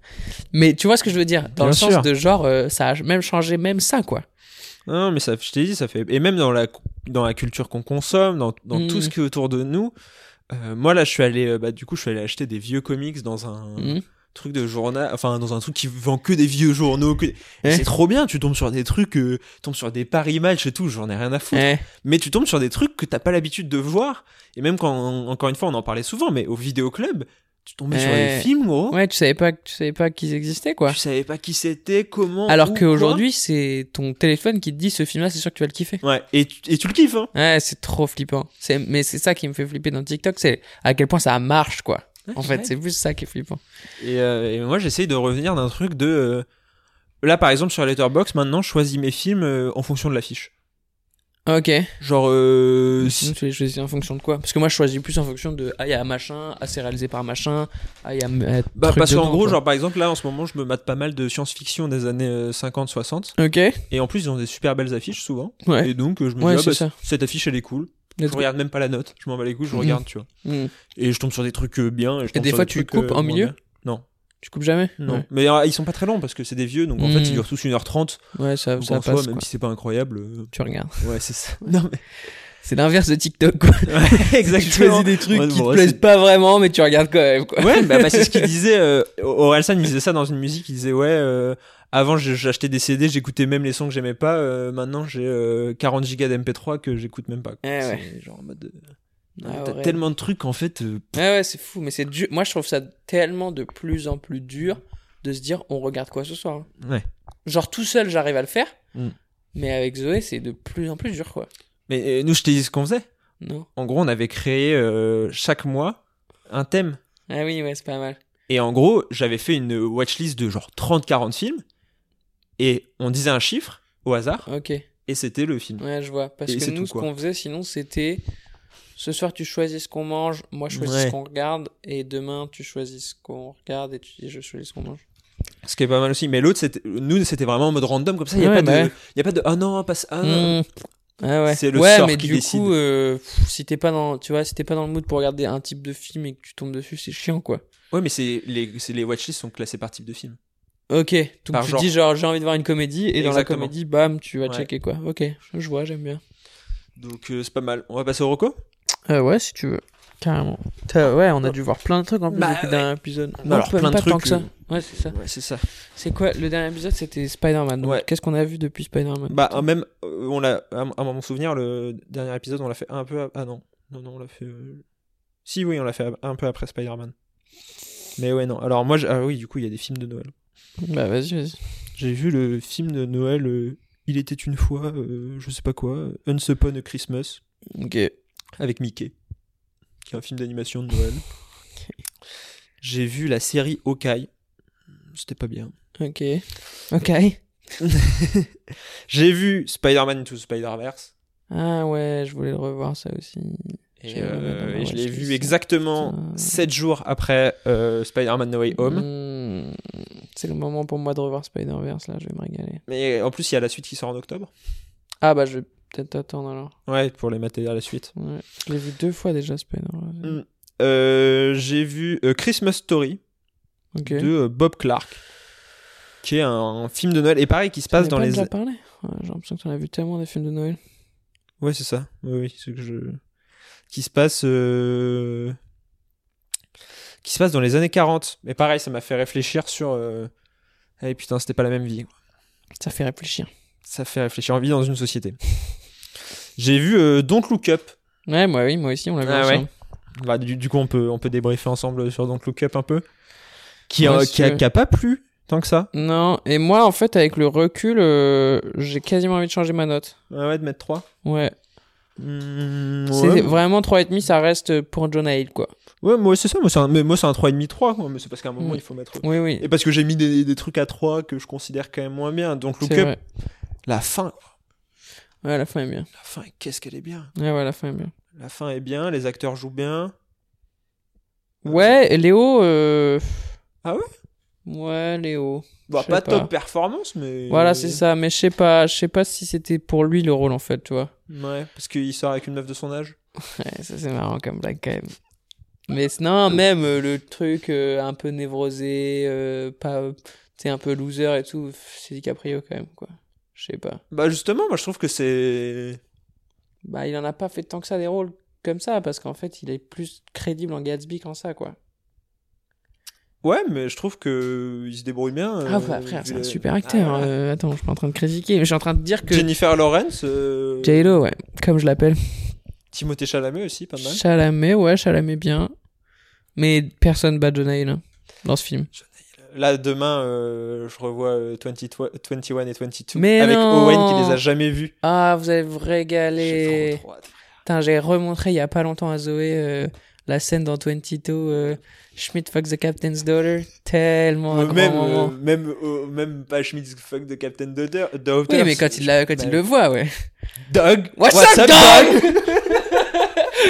S5: Mais tu vois ce que je veux dire
S6: Bien
S5: Dans le
S6: sûr.
S5: sens de genre, euh, ça a même changé, même ça, quoi.
S6: non, mais ça, je t'ai dit, ça fait. Et même dans la, dans la culture qu'on consomme, dans, dans
S5: Mm.
S6: tout ce qui est autour de nous. euh, moi là, je suis allé, euh, bah, du coup, je suis allé acheter des vieux comics dans un
S5: Mhm.
S6: truc de journal, enfin dans un truc qui vend que des vieux journaux. Que... Et
S5: Eh.
S6: C'est trop bien, tu tombes sur des trucs, euh, tu tombes sur des paris match et tout, j'en ai rien à foutre.
S5: Eh,
S6: mais tu tombes sur des trucs que t'as pas l'habitude de voir. Et même quand, encore une fois, on en parlait souvent, mais au vidéoclub, tu tombais sur
S5: Eh.
S6: des films, gros.
S5: Ouais, tu savais pas, tu savais pas qu'ils existaient, quoi.
S6: Tu savais pas qui c'était, comment. où,
S5: Alors
S6: quoi.
S5: qu'aujourd'hui, c'est ton téléphone qui te dit ce film-là, c'est sûr que tu vas le kiffer.
S6: Ouais, et tu, et tu le kiffes, hein.
S5: Ouais, c'est trop flippant. C'est, mais c'est ça qui me fait flipper dans TikTok, c'est à quel point ça marche, quoi. En fait, c'est plus ça qui est flippant.
S6: Et, euh, et moi, j'essaye de revenir d'un truc de. euh, Là, par exemple, sur Letterboxd, maintenant, je choisis mes films euh, en fonction de l'affiche.
S5: Ok.
S6: Genre, euh, si-
S5: Sinon, tu les choisis en fonction de quoi Parce que moi, je choisis plus en fonction de ah, il y a un machin, ah, c'est réalisé par un machin, ah, il y a. un, euh,
S6: Bah,
S5: truc
S6: parce qu'en
S5: dedans,
S6: gros,
S5: quoi.
S6: genre, par exemple, là, en ce moment, je me mate pas mal de science-fiction des années 50-60.
S5: Ok.
S6: Et en plus, ils ont des super belles affiches, souvent.
S5: Ouais.
S6: Et donc, euh, je me
S5: Ouais,
S6: dis, ah,
S5: c'est
S6: bah,
S5: ça.
S6: cette affiche, elle est cool.
S5: Let's
S6: je
S5: go.
S6: regarde même pas la note, je m'en bats les couilles, je
S5: Mhm.
S6: regarde, tu vois.
S5: Mm.
S6: Et je tombe sur des trucs euh, bien. Et, je tombe
S5: des
S6: sur
S5: fois, tu
S6: trucs, euh,
S5: coupes
S6: moins
S5: en milieu
S6: bien. Non,
S5: Tu coupes jamais
S6: non.
S5: Ouais.
S6: Mais euh, ils sont pas très longs parce que c'est des vieux, donc en
S5: Mhm.
S6: fait ils durent tous 1h30.
S5: Ouais, ça,
S6: Donc
S5: Ah, ça
S6: en soi,
S5: passe.
S6: même
S5: quoi.
S6: si c'est pas incroyable, euh,
S5: Tu regardes.
S6: ouais, c'est ça. non, mais...
S5: C'est l'inverse de TikTok, quoi. tu choisis des trucs
S6: Ouais,
S5: qui
S6: bon,
S5: te
S6: ouais,
S5: plaisent
S6: c'est-
S5: pas vraiment, mais tu regardes quand même, quoi.
S6: Ouais, bah, bah, c'est ce qu'il disait. Euh, Orelsan, il disait ça dans une musique. Il disait, ouais, euh, avant je- j'achetais des CD, j'écoutais même les sons que j'aimais pas. euh, maintenant j'ai euh, 40 gigas d'MP3 que j'écoute même pas. quoi.
S5: Eh ouais.
S6: C'est genre en mode. euh, non,
S5: Ah,
S6: T'as
S5: ouais.
S6: tellement de trucs en fait. euh,
S5: Ouais, ouais, c'est fou, mais c'est dur. Moi, je trouve ça tellement de plus en plus dur de se dire on regarde quoi ce soir. hein.
S6: Ouais.
S5: Genre tout seul, j'arrive à le faire,
S6: Mm.
S5: mais avec Zoé, c'est de plus en plus dur, quoi.
S6: Mais euh, nous, je t'ai dit ce qu'on faisait.
S5: Non.
S6: En gros, on avait créé euh, chaque mois un thème.
S5: Ah oui, ouais, c'est pas mal.
S6: Et en gros, j'avais fait une watchlist de genre 30-40 films. Et on disait un chiffre au hasard.
S5: Ok.
S6: Et c'était le film.
S5: Ouais, je vois. Parce
S6: Et
S5: que
S6: c'est
S5: nous,
S6: tout,
S5: ce
S6: quoi.
S5: qu'on faisait, sinon, c'était ce soir, tu choisis ce qu'on mange, moi, je choisis ce
S6: Ouais.
S5: qu'on regarde, et demain, tu choisis ce qu'on regarde, et, tu- et je choisis ce qu'on mange.
S6: Ce qui est pas mal aussi. Mais l'autre, c'était, nous, c'était vraiment en mode random comme ça. Il n'y a,
S5: Ouais,
S6: pas
S5: bah ouais.
S6: de- y a pas de. Ah non, passe. Ah non.
S5: Mm. Ah ouais.
S6: C'est le
S5: ouais,
S6: sort
S5: mais
S6: qui
S5: du
S6: décide.
S5: coup, euh, pff, si t'es pas dans, tu vois, si t'es pas dans le mood pour regarder un type de film et que tu tombes dessus, c'est chiant, quoi.
S6: Ouais, mais c'est, les, c'est, les watchlists sont classées par type de film.
S5: Ok, donc
S6: Par
S5: tu
S6: genre.
S5: dis genre j'ai envie de voir une comédie et dans la
S6: Exactement.
S5: comédie bam tu vas
S6: Ouais.
S5: checker quoi. Ok, je vois, j'aime bien.
S6: Donc euh, c'est pas mal. On va passer au Rocco
S5: Euh, ouais si tu veux, carrément. T'as- Ouais, on a dû voir plein de trucs en plus
S6: Bah,
S5: depuis le dernier épisode.
S6: Non, alors,
S5: pas-
S6: plein de
S5: pas tant
S6: trucs,
S5: que ça.
S6: euh,
S5: Ouais c'est ça.
S6: Ouais, c'est ça.
S5: C'est quoi le dernier épisode c'était Spider-Man. donc
S6: Ouais.
S5: Qu'est-ce qu'on a vu depuis Spider-Man
S6: Bah, euh, même, euh, on l'a, à, mon- à mon souvenir, le dernier épisode, on l'a fait un peu. a- Ah non, non, non, on l'a fait. euh, Si, oui, on l'a fait a- un peu après Spider-Man. Mais ouais, non. Alors, moi, j'ai- ah oui, du coup, il y a des films de Noël.
S5: Bah vas-y vas-y.
S6: J'ai vu le film de Noël, euh, Il était une fois, euh, je sais pas quoi, euh, Once Upon a Christmas,
S5: Ok.
S6: avec Mickey, qui est un film d'animation de Noël. J'ai vu la série Hawkeye. C'était pas bien.
S5: Ok. Ok.
S6: J'ai vu Spider-Man to Spider-Verse.
S5: Ah ouais, je voulais le revoir ça aussi.
S6: Et,
S5: J'ai vraiment
S6: euh,
S5: bien
S6: et je l'ai
S5: watchlist.
S6: vu exactement
S5: Putain.
S6: 7 jours après euh, Spider-Man No Way Home.
S5: Hmm, C'est le moment pour moi de revoir Spider-Verse là, je vais me régaler.
S6: Mais en plus, il y a la suite qui sort en octobre.
S5: Ah bah je vais peut-être attendre alors.
S6: Ouais, pour les mater à la suite.
S5: Ouais. Je l'ai vu deux fois déjà, Spider-Man.
S6: Mm. Euh, J'ai vu euh, Christmas Story
S5: Ok.
S6: de euh, Bob Clark, qui est un, film de Noël. Et pareil, qui se
S5: T'en
S6: passe
S5: as
S6: dans
S5: pas
S6: les.
S5: déjà parlé Ouais, J'ai l'impression que t'en as vu tellement des films de Noël.
S6: Ouais, c'est ça. Oui, oui, c'est que je. Qui se passe. euh, Qui se passe dans les années 40. Mais pareil, ça m'a fait réfléchir sur. euh, Eh putain, c'était pas la même vie.
S5: Ça fait réfléchir.
S6: Ça fait réfléchir. On vit dans une société. J'ai vu euh, Don't Look Up.
S5: Ouais, moi oui, moi aussi, on l'a vu
S6: Ah ouais.
S5: ensemble.
S6: Bah, du, du coup, on peut, on peut débriefer ensemble sur Don't Look Up un peu. Qui,
S5: Ouais,
S6: euh,
S5: si
S6: qui,
S5: tu
S6: a,
S5: veux.
S6: qui a pas plu tant que ça.
S5: Non, et moi en fait, avec le recul, euh, j'ai quasiment envie de changer ma note.
S6: Ouais, ouais, de mettre Mmh, 3.
S5: Ouais. C'est vraiment 3,5, ça reste pour Jonah Hill quoi.
S6: Ouais, moi, c'est ça. Moi, c'est un, mais moi, c'est un 3,5-3. quoi. Mais c'est parce qu'à un moment,
S5: Mm.
S6: il faut mettre.
S5: Oui, oui.
S6: Et parce que j'ai mis des, des trucs à 3 que je considère quand même moins bien. Donc, Look
S5: C'est
S6: Up,
S5: vrai.
S6: la fin.
S5: Ouais, la fin est bien.
S6: La fin, qu'est-ce qu'elle est bien.
S5: Ouais, ouais, la fin est bien.
S6: La fin est bien, les acteurs jouent bien.
S5: Ouais, et Léo. euh,
S6: Ah ouais
S5: Ouais, Léo.
S6: Bah,
S5: Je sais
S6: pas,
S5: pas.
S6: top performance, mais.
S5: Voilà, c'est ça. Mais je sais pas, je sais pas si c'était pour lui le rôle en fait, tu vois.
S6: Ouais, parce qu'il sort avec une meuf de son âge.
S5: Ouais, ça c'est marrant comme blague quand même. Mais c- non, même euh, le truc euh, un peu névrosé, euh, pas, tu sais, un peu loser et tout, pff, c'est DiCaprio quand même quoi. Je sais pas.
S6: Bah, justement, moi, je trouve que c'est.
S5: Bah, il en a pas fait tant que ça des rôles comme ça parce qu'en fait, il est plus crédible en Gatsby qu'en ça quoi.
S6: Ouais, mais je trouve que il se débrouille bien.
S5: ah
S6: euh,
S5: bah frère,
S6: vu
S5: c'est
S6: la-
S5: un super acteur.
S6: Ah,
S5: euh, attends, je suis pas en train de critiquer, mais je suis en train de dire que
S6: Jennifer Lawrence. euh,
S5: J-Lo, ouais, comme je l'appelle.
S6: Timothée Chalamet aussi, pas mal.
S5: Chalamet, ouais, Chalamet bien. Mais personne bat Jonah Hill hein, dans ce film.
S6: Là, demain, euh, je revois euh, 20 21 et 22
S5: Mais
S6: avec
S5: non
S6: Owen qui les a jamais vus.
S5: Ah, vous allez vous
S6: J'ai
S5: régaler.
S6: trop, trop hâte.
S5: Putain, j'ai remontré il y a pas longtemps à Zoé euh, la scène dans 22 euh, Schmidt fuck the Captain's Daughter. Tellement un
S6: Euh,
S5: grand
S6: même,
S5: moment.
S6: euh, même, euh, même pas Schmitz fuck de Captain Bah, Daughter.
S5: oui, mais quand il, la- quand il le voit, ouais.
S6: Dog
S5: What's, up, dog?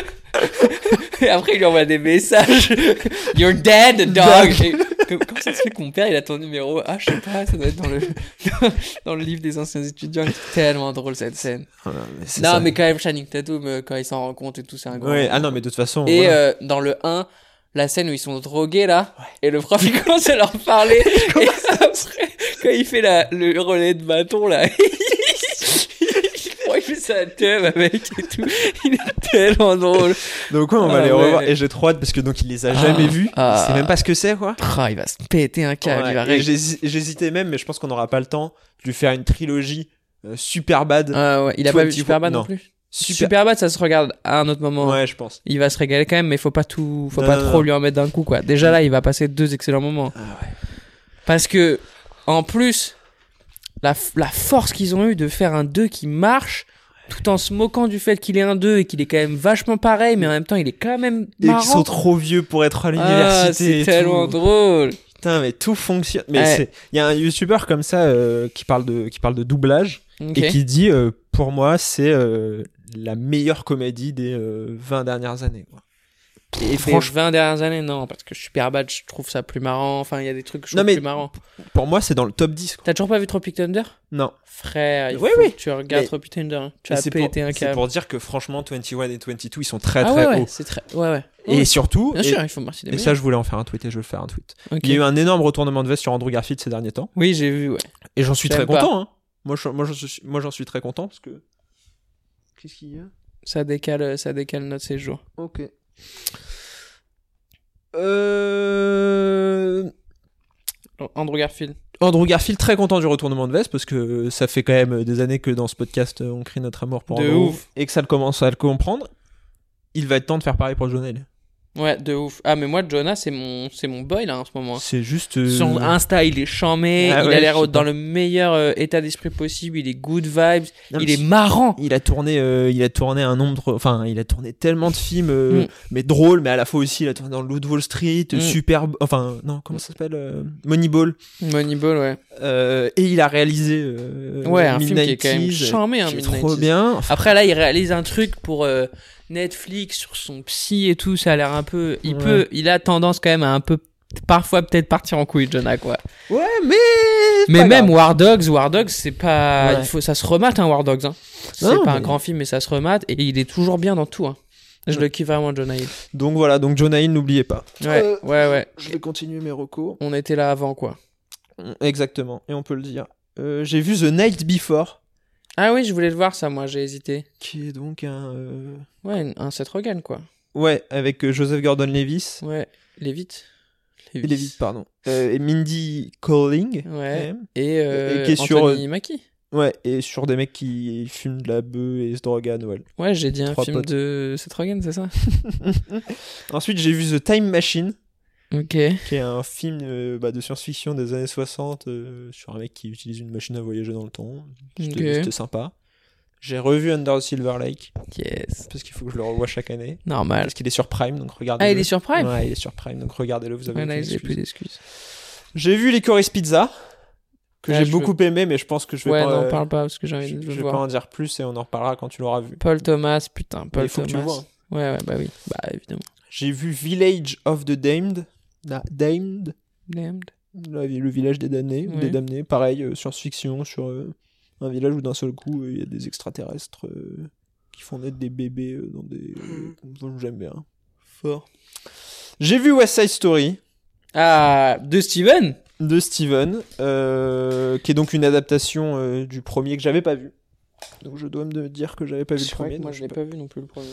S5: Et après, il lui envoie des messages. You're dead, dog.
S6: Dog.
S5: Et que- comment ça se fait que mon père, il a ton numéro? Ah, je sais pas, ça doit être dans le, dans le livre des anciens étudiants. C'est tellement drôle, cette scène. Oh, Non, mais quand même, Channing Tatum, euh, quand il s'en rend compte et tout, c'est un gros.
S6: ah non, mais de toute façon.
S5: Et
S6: voilà.
S5: euh, dans le 1, la scène où ils sont drogués là, et le prof il commence à leur parler, et après, quand il fait la, le relais de bâton là, il fait sa thème avec et tout, il est tellement drôle.
S6: Donc, ouais, on va
S5: ah
S6: les
S5: ouais.
S6: revoir. Et j'ai trop hâte parce que donc il les a jamais vus.
S5: ah.
S6: C'est même pas ce que c'est, quoi.
S5: Ah, il va se péter un câble,
S6: Ouais,
S5: il va
S6: et
S5: ré-
S6: j'hési- J'hésitais même, mais je pense qu'on n'aura pas le temps de lui faire une trilogie euh, super bad.
S5: Ah ouais, il a pas vu
S6: 20
S5: Superbad non,
S6: non.
S5: plus. Superbad ça se regarde à un autre moment.
S6: Ouais, je pense.
S5: Il va se régaler quand même, mais faut pas tout, faut
S6: Non,
S5: pas
S6: non,
S5: trop
S6: non. Ah
S5: lui en mettre d'un coup quoi. Déjà là, il va passer deux excellents moments. Parce que en plus, la, f- la force qu'ils ont eu de faire un 2 qui marche, tout en se moquant du fait qu'il est un 2 et qu'il est quand même vachement pareil, mais en même temps, il est quand même
S6: Et
S5: marrant.
S6: qui sont trop vieux pour être à
S5: ah,
S6: l'université.
S5: c'est
S6: et
S5: tellement
S6: tout.
S5: drôle.
S6: Putain, mais tout fonctionne. Mais
S5: Ouais.
S6: c'est- il y a un youtubeur comme ça euh, qui parle de qui parle de doublage
S5: Ok.
S6: et qui dit euh, pour moi c'est euh, la meilleure comédie des euh, 20 dernières années. quoi.
S5: Et
S6: franchement-
S5: franchement, 20 dernières années, non, parce que Superbad, je trouve ça plus marrant. Enfin, il y a des trucs que je
S6: Non,
S5: trouve
S6: mais-
S5: plus marrants.
S6: Pour moi, c'est dans le top 10. quoi.
S5: T'as toujours pas vu Tropic Thunder
S6: Non.
S5: Frère, il
S6: Oui,
S5: faut
S6: oui.
S5: que tu regardes
S6: Mais-
S5: Tropic Thunder. hein. Tu
S6: Et
S5: as
S6: C'est pour,
S5: pété un
S6: c'est
S5: câble.
S6: pour dire que franchement 21 et 22 ils sont très
S5: ah
S6: très
S5: ouais, ouais,
S6: hauts.
S5: c'est très. Ouais, ouais.
S6: Et
S5: Ouais,
S6: surtout
S5: bien
S6: et-
S5: sûr, il faut marcher des
S6: et ça je voulais en faire un tweet et je vais le faire un tweet.
S5: meilleurs. Ok.
S6: Il y a eu un énorme retournement de veste sur Andrew Garfield ces derniers temps.
S5: Oui, j'ai vu, ouais.
S6: Et j'en suis
S5: J'aime
S6: très
S5: pas.
S6: content. hein. Moi, je- moi, je suis- moi, j'en suis très content parce que. Qu'est-ce qu'il y a
S5: Ça décale, ça décale notre séjour.
S6: Ok. Euh...
S5: Andrew Garfield.
S6: Andrew Garfield très content du retournement de veste parce que ça fait quand même des années que dans ce podcast euh, on crie notre amour pour
S5: De
S6: Andrew
S5: ouf.
S6: et que ça le commence à le comprendre. Il va être temps de faire pareil pour Jonel.
S5: Ouais, de ouf. Ah, mais moi, Jonah, c'est mon, c'est mon boy, là, en ce moment. hein.
S6: C'est juste. euh,
S5: Son Insta, il est chamé,
S6: Ah
S5: il a
S6: ouais,
S5: l'air
S6: je sais
S5: dans
S6: pas.
S5: le meilleur euh, état d'esprit possible, il est good vibes,
S6: non, mais
S5: il est
S6: si-
S5: marrant.
S6: il a tourné, euh, il a tourné un nombre, enfin, il a tourné tellement de films, euh,
S5: Mm.
S6: mais drôles, mais à la fois aussi, il a tourné dans Loot Wall Street,
S5: Mm.
S6: Super, enfin, non, comment ça s'appelle, euh, Moneyball,
S5: Moneyball, ouais.
S6: Euh, et il a réalisé, euh,
S5: ouais, un film qui est quand même
S6: 1990,
S5: chamé, hein,
S6: qui est
S5: Midnight
S6: trop bien. Enfin,
S5: Après, là, il réalise un truc pour euh, Netflix sur son psy et tout, ça a l'air un peu. Il
S6: Ouais.
S5: peut, il a tendance quand même à un peu. Parfois, peut-être partir en couille, Jonah, quoi.
S6: Ouais, mais. c'est
S5: Mais
S6: pas
S5: même
S6: grave.
S5: War Dogs, War Dogs, c'est pas,
S6: Ouais.
S5: il faut, ça se remate hein, War Dogs. Hein. C'est
S6: Non,
S5: pas un
S6: mais-
S5: grand film, mais ça se remate et il est toujours bien dans tout. Hein. Je
S6: Ouais.
S5: le kiffe vraiment, John Hill.
S6: Donc voilà, donc Jonah Hill, n'oubliez pas.
S5: Ouais,
S6: Euh,
S5: ouais, ouais.
S6: Je vais continuer mes recours.
S5: On était là avant quoi.
S6: Mm, Exactement, et on peut le dire. Euh, J'ai vu The Night Before,
S5: Ah oui, je voulais le voir ça, moi, j'ai hésité.
S6: qui est donc un. euh,
S5: Ouais, une- un Seth Rogen quoi.
S6: Ouais, avec euh, Joseph Gordon-Levitt.
S5: Ouais, Lévite.
S6: Levitt, pardon. Euh, et Mindy Colling.
S5: Ouais.
S6: Ouais.
S5: Et, euh,
S6: Et qui est sur,
S5: Anthony Mackie.
S6: Ouais, et sur des mecs qui fument de la bœuf et se droguent à Noël.
S5: Ouais, j'ai dit un
S6: trois
S5: film
S6: potes.
S5: de Seth Rogen, c'est ça
S6: Ensuite, j'ai vu The Time Machine,
S5: Ok.
S6: qui est un film euh, bah, de science-fiction des années 60 euh, sur un mec qui utilise une machine à voyager dans le temps. C'était
S5: Ok.
S6: c'était sympa. J'ai revu Under the Silver Lake,
S5: Yes.
S6: parce qu'il faut que je le revoie chaque année.
S5: Normal.
S6: Ah, Parce qu'il est sur Prime, donc regardez-le.
S5: Ah, il est sur Prime
S6: Ouais, il est sur Prime, donc regardez-le, vous avez
S5: Ouais,
S6: aucune
S5: là, j'ai
S6: excuse.
S5: plus d'excuses.
S6: J'ai vu Les Choris Pizza, que
S5: Ah,
S6: j'ai
S5: je
S6: beaucoup aimé, mais je pense que je vais
S5: Ouais,
S6: pas...
S5: non,
S6: euh,
S5: parle pas parce que j'ai envie
S6: je,
S5: de
S6: je
S5: le
S6: vais pas
S5: voir.
S6: en dire plus et on en reparlera quand tu l'auras vu.
S5: Paul Thomas, putain, Paul
S6: Il faut que tu
S5: Thomas.
S6: le vois.
S5: Ouais, ouais, bah oui, bah évidemment.
S6: J'ai vu Village of the Damned. La Damned.
S5: Damned.
S6: La vi- le village des damnés, ou
S5: Ouais.
S6: des damnés, pareil, euh, science-fiction sur euh, un village où d'un seul coup euh, il y a des extraterrestres euh, qui font naître des bébés euh, dans des.
S5: Hmm.
S6: euh, J'aime bien. Fort. J'ai vu West Side Story
S5: Ah, de Steven
S6: de Steven, euh, qui est donc une adaptation euh, du premier que j'avais pas vu. Donc je dois me dire que j'avais pas vu le premier. donc je sais pas.
S5: vu non plus le premier.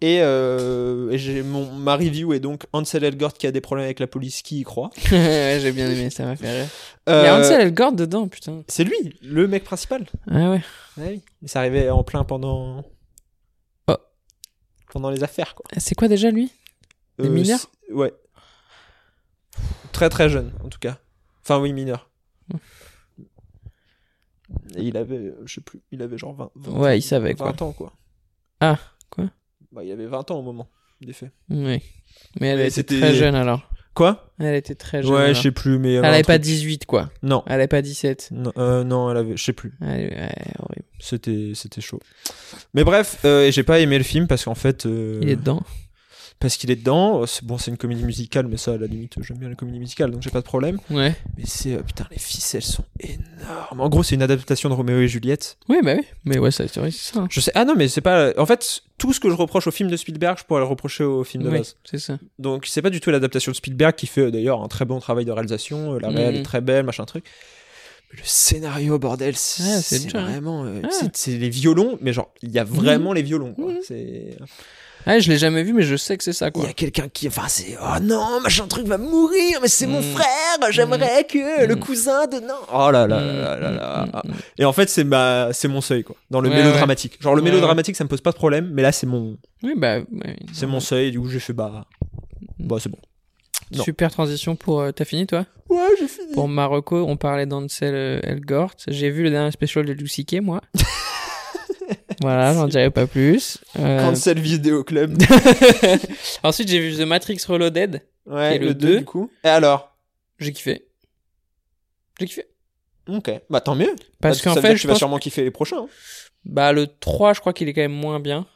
S6: Et, euh, et j'ai mon ma review est donc Ansel Elgort qui a des problèmes avec la police qui y croit.
S5: ouais, j'ai bien aimé, ça m'a fait rire. Il y a
S6: Euh,
S5: Ansel Elgort dedans, putain.
S6: c'est lui, le mec principal.
S5: Ah ouais.
S6: Mais ça arrivait en plein pendant.
S5: Oh.
S6: Pendant les affaires, quoi.
S5: Euh, C'est quoi déjà lui Des mineurs
S6: c'est- Euh, Ouais. Très très jeune, en tout cas. Enfin, oui, mineur.
S5: Hmm.
S6: Et il avait, euh, je sais plus, il avait genre 20, 20
S5: Ouais, il savait, quoi.
S6: 20 ans, quoi.
S5: Ah, quoi
S6: Bah, il avait 20 ans au moment des faits.
S5: Oui. Mais elle
S6: Mais
S5: était
S6: c'était-
S5: très jeune alors.
S6: Quoi
S5: Elle était très jeune.
S6: Ouais,
S5: alors.
S6: je sais plus, mais.
S5: Elle avait pas 18 quoi.
S6: Non.
S5: Elle avait pas 17.
S6: Non, euh, non, elle avait, je sais plus.
S5: Elle- ouais,
S6: Euh.
S5: horrible.
S6: C'était, c'était chaud. Mais bref, euh, et j'ai pas aimé le film parce qu'en fait, euh,
S5: Il est dedans.
S6: parce qu'il est dedans. euh, C'est- Bon, c'est une comédie musicale, mais ça, à la limite, j'aime bien les comédies musicales, donc j'ai pas de problème.
S5: Ouais.
S6: Mais c'est. euh, putain, les ficelles sont énormes. En gros, c'est une adaptation de Roméo et Juliette.
S5: Oui, bah oui. Mais ouais, ça, c'est vrai, c'est ça. hein.
S6: Je sais. Ah non, mais c'est pas. En fait, tout ce que je reproche au film de Spielberg, je pourrais le reprocher au film de
S5: Oui,
S6: base.
S5: c'est ça.
S6: Donc, c'est pas du tout l'adaptation de Spielberg qui fait euh, d'ailleurs un très bon travail de réalisation. euh, La réelle
S5: Mhm.
S6: est très belle, machin truc. Mais le scénario, bordel, c'est
S5: Ah, c'est
S6: c'est
S5: dur, hein.
S6: vraiment. euh,
S5: Ah.
S6: c'est- C'est les violons, mais genre, il y a vraiment les violons. quoi.
S5: Mhm.
S6: C'est.
S5: Ah, je l'ai jamais vu, mais je sais que c'est ça
S6: Il y
S5: quoi.
S6: a quelqu'un qui. Enfin, c'est. Oh non, machin truc va mourir, mais c'est mon
S5: Mm.
S6: frère, j'aimerais que le
S5: Mm.
S6: cousin de. Non Oh là là là là là. là. Et en fait, c'est ma... c'est mon seuil, quoi. Dans le
S5: Ouais,
S6: mélodramatique. Genre, le
S5: Ouais,
S6: mélodramatique, ça me pose pas de problème, mais là, c'est mon,
S5: Oui, bah. ouais.
S6: c'est mon seuil, du coup, j'ai fait bah. Bah, c'est bon. non.
S5: Super transition pour. euh, T'as fini toi
S6: Ouais, j'ai fini.
S5: Pour Marocco, on parlait d'Ansel euh, Elgort. J'ai vu le dernier spécial de Lucy Kay, moi. voilà, j'en dirai pas plus. Euh,
S6: Cancel Vidéo Club.
S5: Ensuite, j'ai vu The Matrix Reloaded.
S6: ouais,
S5: Et le
S6: le
S5: deux.
S6: 2, du coup. Et alors
S5: J'ai kiffé. J'ai kiffé.
S6: Ok. Bah, tant mieux.
S5: Parce
S6: que
S5: qu'en
S6: ça veut dire
S5: fait,
S6: que
S5: je
S6: tu vas
S5: pense...
S6: sûrement kiffer les prochains. hein.
S5: bah, le 3, je crois qu'il est quand même moins bien.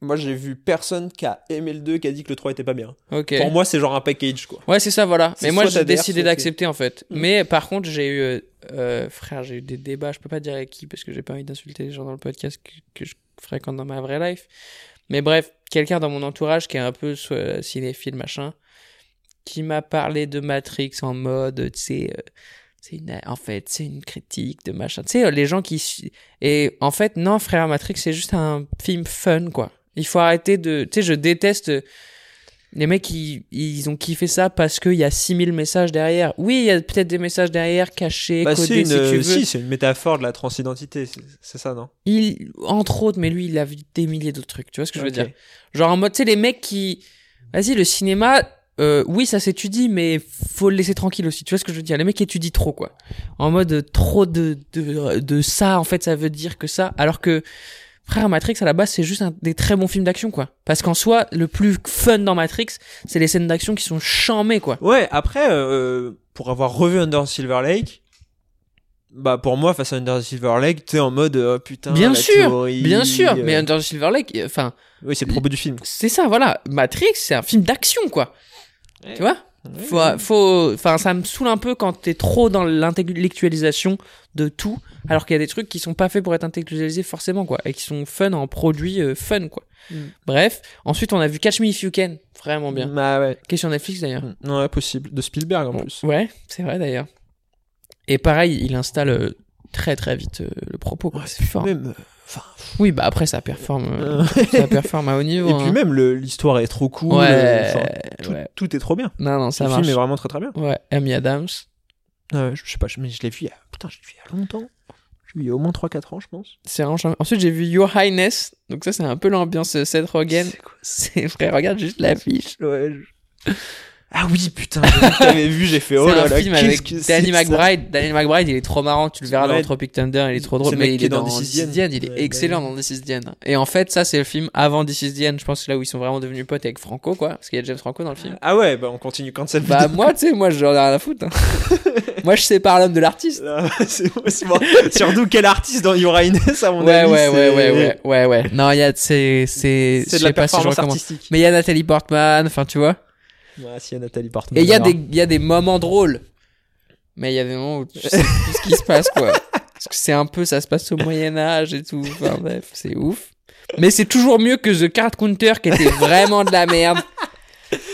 S6: Moi, j'ai vu personne qui a aimé le 2 qui a dit que le 3 était pas bien.
S5: Ok.
S6: Pour moi, c'est genre un package, quoi.
S5: Ouais, c'est ça, voilà.
S6: C'est
S5: Mais moi,
S6: soit
S5: j'ai
S6: t'adhères,
S5: décidé
S6: soit
S5: d'accepter, en fait.
S6: Mm.
S5: Mais par contre, j'ai eu. euh, euh, frère, j'ai eu des débats. Je peux pas dire avec qui, parce que j'ai pas envie d'insulter les gens dans le podcast que, que je fréquente dans ma vraie life. Mais bref, quelqu'un dans mon entourage qui est un peu soit cinéphile, machin, qui m'a parlé de Matrix en mode, tu sais. euh, c'est une, en fait, c'est une critique de machin. Tu sais, euh, les gens qui. su- Et en fait, non, frère, Matrix, c'est juste un film fun, quoi. Il faut arrêter de. Tu sais, je déteste. Les mecs, ils, ils ont kiffé ça parce qu'il y a 6000 messages derrière. Oui, il y a peut-être des messages derrière, cachés,
S6: Bah, c'est
S5: codés,
S6: une,
S5: si tu veux.
S6: si, c'est une métaphore de la transidentité, c'est- c'est ça, non
S5: Il, entre autres, mais lui, il a vu des milliers d'autres trucs. Tu vois ce que je veux dire Genre en mode, tu sais, les mecs qui. Vas-y, le cinéma, euh, oui, ça s'étudie, mais faut le laisser tranquille aussi. Tu vois ce que je veux dire Les mecs étudient trop, quoi. En mode, euh, trop de, de, de ça, en fait, ça veut dire que ça. Alors que, frère, Matrix, à la base, c'est juste un, des très bons films d'action, quoi. Parce qu'en soi, le plus fun dans Matrix, c'est les scènes d'action qui sont chamées, quoi.
S6: Ouais, après, euh, pour avoir revu Under Silver Lake, bah pour moi, face à Under Silver Lake, t'es en mode euh, putain,
S5: Bien
S6: la
S5: sûr,
S6: théorie,
S5: Bien sûr,
S6: euh,
S5: mais Under the Silver Lake, euh, enfin,
S6: Oui, c'est le propos du film.
S5: c'est ça, voilà. Matrix, c'est un film d'action, quoi. Tu vois faut, faut, enfin, ça me saoule un peu quand t'es trop dans l'intellectualisation de tout, alors qu'il y a des trucs qui sont pas faits pour être intellectualisés forcément, quoi, et qui sont fun en produit euh, fun, quoi.
S6: Mm.
S5: Bref, ensuite on a vu Catch Me If You Can, vraiment bien.
S6: Bah ouais.
S5: Qui est sur Netflix d'ailleurs.
S6: Mm. Ouais, possible. De Spielberg en plus.
S5: Ouais, c'est vrai d'ailleurs. Et pareil, il installe euh, très très vite euh, le propos, quoi. c'est fort.
S6: Même, euh, enfin,
S5: Oui, bah après ça performe, euh,
S6: euh,
S5: ça performe à haut niveau.
S6: Et puis
S5: hein.
S6: même, le- l'histoire est trop cool. euh,
S5: ouais,
S6: enfin, tout,
S5: ouais.
S6: tout est trop bien.
S5: Non, non, ça
S6: le
S5: marche.
S6: film est vraiment très très bien. Ah
S5: Ouais, Amy Adams.
S6: Ouais, je, je sais pas, je- mais je l'ai vu il y a, putain, je l'ai vu il y a longtemps. Je l'ai vu il y a au moins 3-4 ans, je pense.
S5: C'est vraiment charmant. Ensuite, j'ai vu Your Highness. Donc ça, c'est un peu l'ambiance euh, Seth Rogen. C'est vrai, regarde juste l'affiche.
S6: Ouais. je- Ah oui, putain, j'ai vu que t'avais vu, j'ai fait oh
S5: c'est
S6: là
S5: un
S6: là,
S5: film
S6: qu'est-ce
S5: avec
S6: que c'est
S5: Danny
S6: que ça
S5: McBride. Danny McBride, il est trop marrant. Tu le verras dans
S6: Ouais.
S5: Tropic Thunder, il est trop drôle.
S6: C'est le
S5: Mais
S6: mec
S5: il
S6: qui
S5: est
S6: est dans
S5: dans
S6: This Is
S5: This Is
S6: The
S5: the End. Il
S6: Ouais,
S5: est
S6: bah
S5: excellent dans This Is the End. Et en fait, ça, c'est le film avant This Is the End. Je pense que c'est là où ils sont vraiment devenus potes avec Franco, quoi. Parce qu'il y a James Franco dans le film.
S6: Ah ouais, bah on continue quand ça
S5: Bah, moi, tu sais, moi, j'en ai rien à foutre. hein. moi, je sépare l'homme de l'artiste.
S6: Ah, c'est c'est bon. Surtout quel artiste dans Your Highness à mon
S5: Ouais,
S6: avis.
S5: ouais, ouais,
S6: c'est-
S5: ouais, ouais, ouais, ouais. Non, il y a, c'est, c'est, je
S6: C'est de
S5: sais
S6: la
S5: pas si je
S6: performance
S5: recommande.
S6: artistique.
S5: Mais il y a Nathalie Portman, enfin, tu vois.
S6: Ouais, si, il y a Nathalie Portman.
S5: Et il y, a
S6: alors.
S5: des- il y a des moments drôles. Mais il y a des moments où tu sais plus ce qui se passe, quoi. Parce que c'est un peu, ça se passe au Moyen-Âge et tout. Enfin bref, c'est ouf. Mais c'est toujours mieux que The Card Counter qui était vraiment de la merde.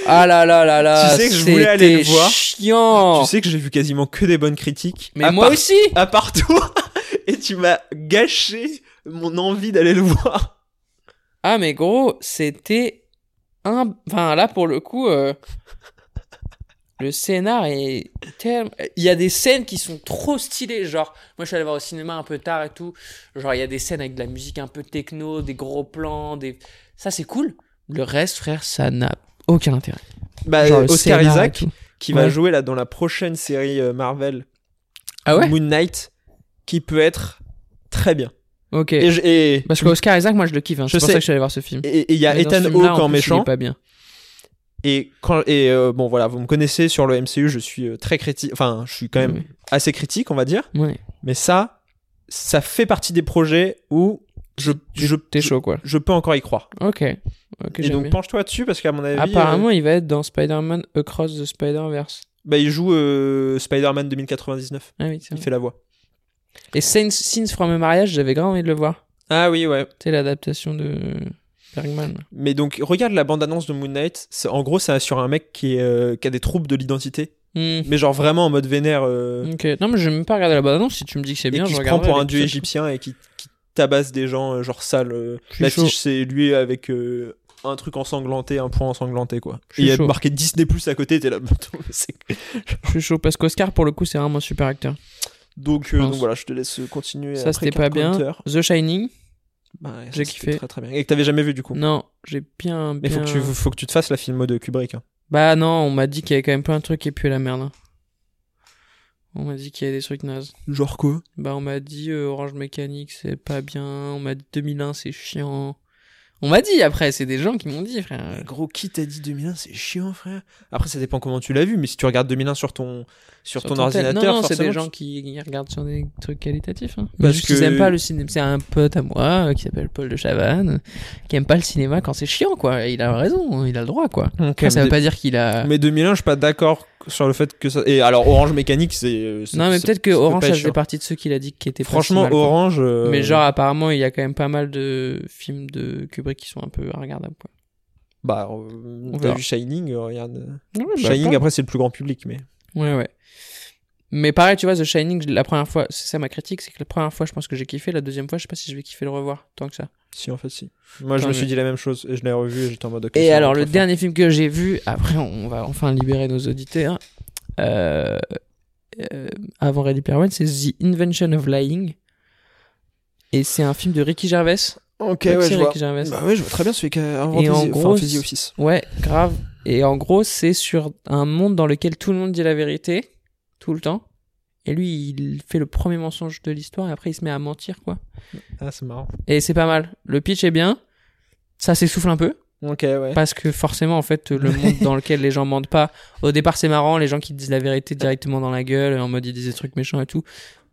S5: Ah là là là là.
S6: Tu sais que je voulais aller le
S5: c'était
S6: voir.
S5: chiant.
S6: Tu sais que j'ai vu quasiment que des bonnes critiques.
S5: Mais
S6: à
S5: moi
S6: part-
S5: aussi.
S6: À part toi. Et tu m'as gâché mon envie d'aller le voir.
S5: Ah mais gros, c'était un... Enfin là pour le coup, euh, le scénar est... tellement- Il y a des scènes qui sont trop stylées, genre moi je suis allé voir au cinéma un peu tard et tout, genre il y a des scènes avec de la musique un peu techno, des gros plans, des... Ça c'est cool. Le reste frère, ça n'a aucun intérêt.
S6: Bah,
S5: Genre, le
S6: Oscar
S5: scénar et
S6: Isaac,
S5: tout.
S6: qui
S5: Ouais.
S6: va jouer là dans la prochaine série euh, Marvel,
S5: Ah ouais
S6: Moon Knight, qui peut être très bien.
S5: Ok.
S6: Et je- et-
S5: Parce que Oscar Isaac, moi je le kiffe, hein.
S6: Je
S5: c'est pour
S6: sais.
S5: ça que je suis allé voir ce film.
S6: et- et il y a
S5: Mais Bah, dans ce
S6: Ethan
S5: film-là,
S6: Hawke en
S5: plus, il est
S6: méchant.
S5: pas bien.
S6: Et quand et euh, bon voilà, vous me connaissez sur le MCU, je suis euh, très critique. Enfin, je suis quand même assez critique, on va dire.
S5: Ouais.
S6: Mais ça, ça fait partie des projets où je je
S5: T'es chaud quoi.
S6: Je peux encore y croire.
S5: Ok. Ok,
S6: et
S5: j'aime
S6: donc
S5: bien.
S6: penche-toi dessus parce qu'à mon avis,
S5: Apparemment,
S6: euh,
S5: il va être dans Spider-Man Across the Spider-Verse.
S6: bah, il joue euh, Spider-Man 2099.
S5: Ah oui, tiens.
S6: Il fait la voix.
S5: Et Saints, Scenes from a Marriage, j'avais grave envie de le voir.
S6: Ah oui, ouais.
S5: C'est l'adaptation de Bergman.
S6: Mais donc regarde la bande-annonce de Moon Knight. C'est- En gros, c'est sur un mec qui, est, euh, qui a des troubles de l'identité,
S5: Hmm,
S6: mais genre vraiment en mode vénère euh,
S5: Ok. Non, mais je vais même pas regarder la bande annonce. Si tu me dis que c'est
S6: et
S5: bien,
S6: qui
S5: je
S6: se prend
S5: regarderai.
S6: pour un
S5: avec
S6: dieu
S5: ça.
S6: égyptien et qui, qui tabasse des gens euh, genre sales. euh.
S5: Je suis
S6: La
S5: chaud.
S6: fiche, c'est lui avec euh, un truc ensanglanté, un point ensanglanté quoi. Et
S5: Je suis
S6: il y a
S5: chaud.
S6: marqué Disney Plus à côté. T'es là. putain, mais c'est-
S5: Je suis chaud parce qu'Oscar, pour le coup, c'est vraiment un super acteur.
S6: donc, euh,
S5: pense.
S6: donc voilà, je te laisse continuer.
S5: Ça,
S6: après
S5: c'était pas bien.
S6: Carpenter.
S5: The Shining
S6: Bah, ouais,
S5: J'ai
S6: ça, c'était
S5: kiffé.
S6: Très, très bien. Et que t'avais jamais vu du coup.
S5: Non, j'ai bien.
S6: Mais
S5: bien...
S6: faut que, tu, faut que tu te fasses la filmo de Kubrick. hein.
S5: Bah non, on m'a dit qu'il y avait quand même plein de trucs qui puaient la merde. hein. On m'a dit qu'il y avait des trucs nazes.
S6: Genre quoi
S5: Bah, on m'a dit euh, Orange Mécanique, c'est pas bien. On m'a dit 2001, c'est chiant. On m'a dit après, c'est des gens qui m'ont dit, frère.
S6: Gros, qui t'a dit 2001 C'est chiant, frère. Après, ça dépend comment tu l'as vu, mais si tu regardes 2001 sur ton, sur ton,
S5: tel-
S6: ordinateur,
S5: Non, non, c'est
S6: forcément,
S5: des
S6: tu-
S5: gens qui, qui regardent sur des trucs qualitatifs. Hein.
S6: Parce
S5: Parce qu'ils
S6: que-
S5: aiment pas le cinéma. C'est un pote à moi euh, qui s'appelle Paul de Chavannes, qui aime pas le cinéma quand c'est chiant, quoi. Et Il a raison, hein, il a le droit, quoi.
S6: Ok,
S5: Après, ça
S6: mais,
S5: veut pas dire qu'il a.
S6: mais 2001, je suis pas d'accord sur le fait que ça. Et alors, Orange Mécanique, c'est. euh, c'est-
S5: non, mais
S6: c'est-
S5: peut-être que
S6: ça peut
S5: Orange,
S6: pas
S5: ça
S6: être
S5: faisait
S6: chiant.
S5: partie de ceux qu'il a dit qui étaient pas si
S6: Franchement,
S5: mal, quoi.
S6: Orange. euh,
S5: Mais genre, apparemment, il y a quand même pas mal de films de Kubrick qui sont un peu regardables, quoi.
S6: Bah, euh, t'as
S5: verra.
S6: vu Shining, euh, regarde.
S5: Ouais, bah,
S6: Shining,
S5: pas-
S6: après, c'est le plus grand public, mais.
S5: Ouais, ouais. Mais pareil, tu vois, The Shining, je- la première fois, c'est ça ma critique, c'est que la première fois, je pense que j'ai kiffé, la deuxième fois, je sais pas si je vais kiffer le revoir, tant que ça.
S6: Si, en fait, si. Moi, je
S5: Tant
S6: me
S5: mieux.
S6: suis dit la même chose, et je l'ai revu, et j'étais en mode. ok,
S5: Et
S6: c'est
S5: alors,
S6: vraiment très
S5: le
S6: fort.
S5: dernier film que j'ai vu, après, on va enfin libérer nos auditeurs, euh, euh, avant Ready Player One, c'est The Invention of Lying. Et c'est un film de Ricky Gervais.
S6: Ok,
S5: Tu
S6: ouais,
S5: sais,
S6: je vois.
S5: Ricky Gervais.
S6: Bah oui, je vois très bien celui qui a inventé
S5: Et en
S6: The- enfin,
S5: gros,
S6: Fizzy Office.
S5: Ouais, grave. Et en gros, c'est sur un monde dans lequel tout le monde dit la vérité, tout le temps. Et lui, il fait le premier mensonge de l'histoire et après, il se met à mentir, quoi.
S6: Ah, c'est marrant.
S5: Et c'est pas mal. Le pitch est bien. Ça s'essouffle un peu.
S6: Ok, ouais.
S5: Parce que forcément, en fait, le monde dans lequel les gens mentent pas. Au départ, c'est marrant. Les gens qui disent la vérité directement dans la gueule, en mode ils disent des trucs méchants et tout.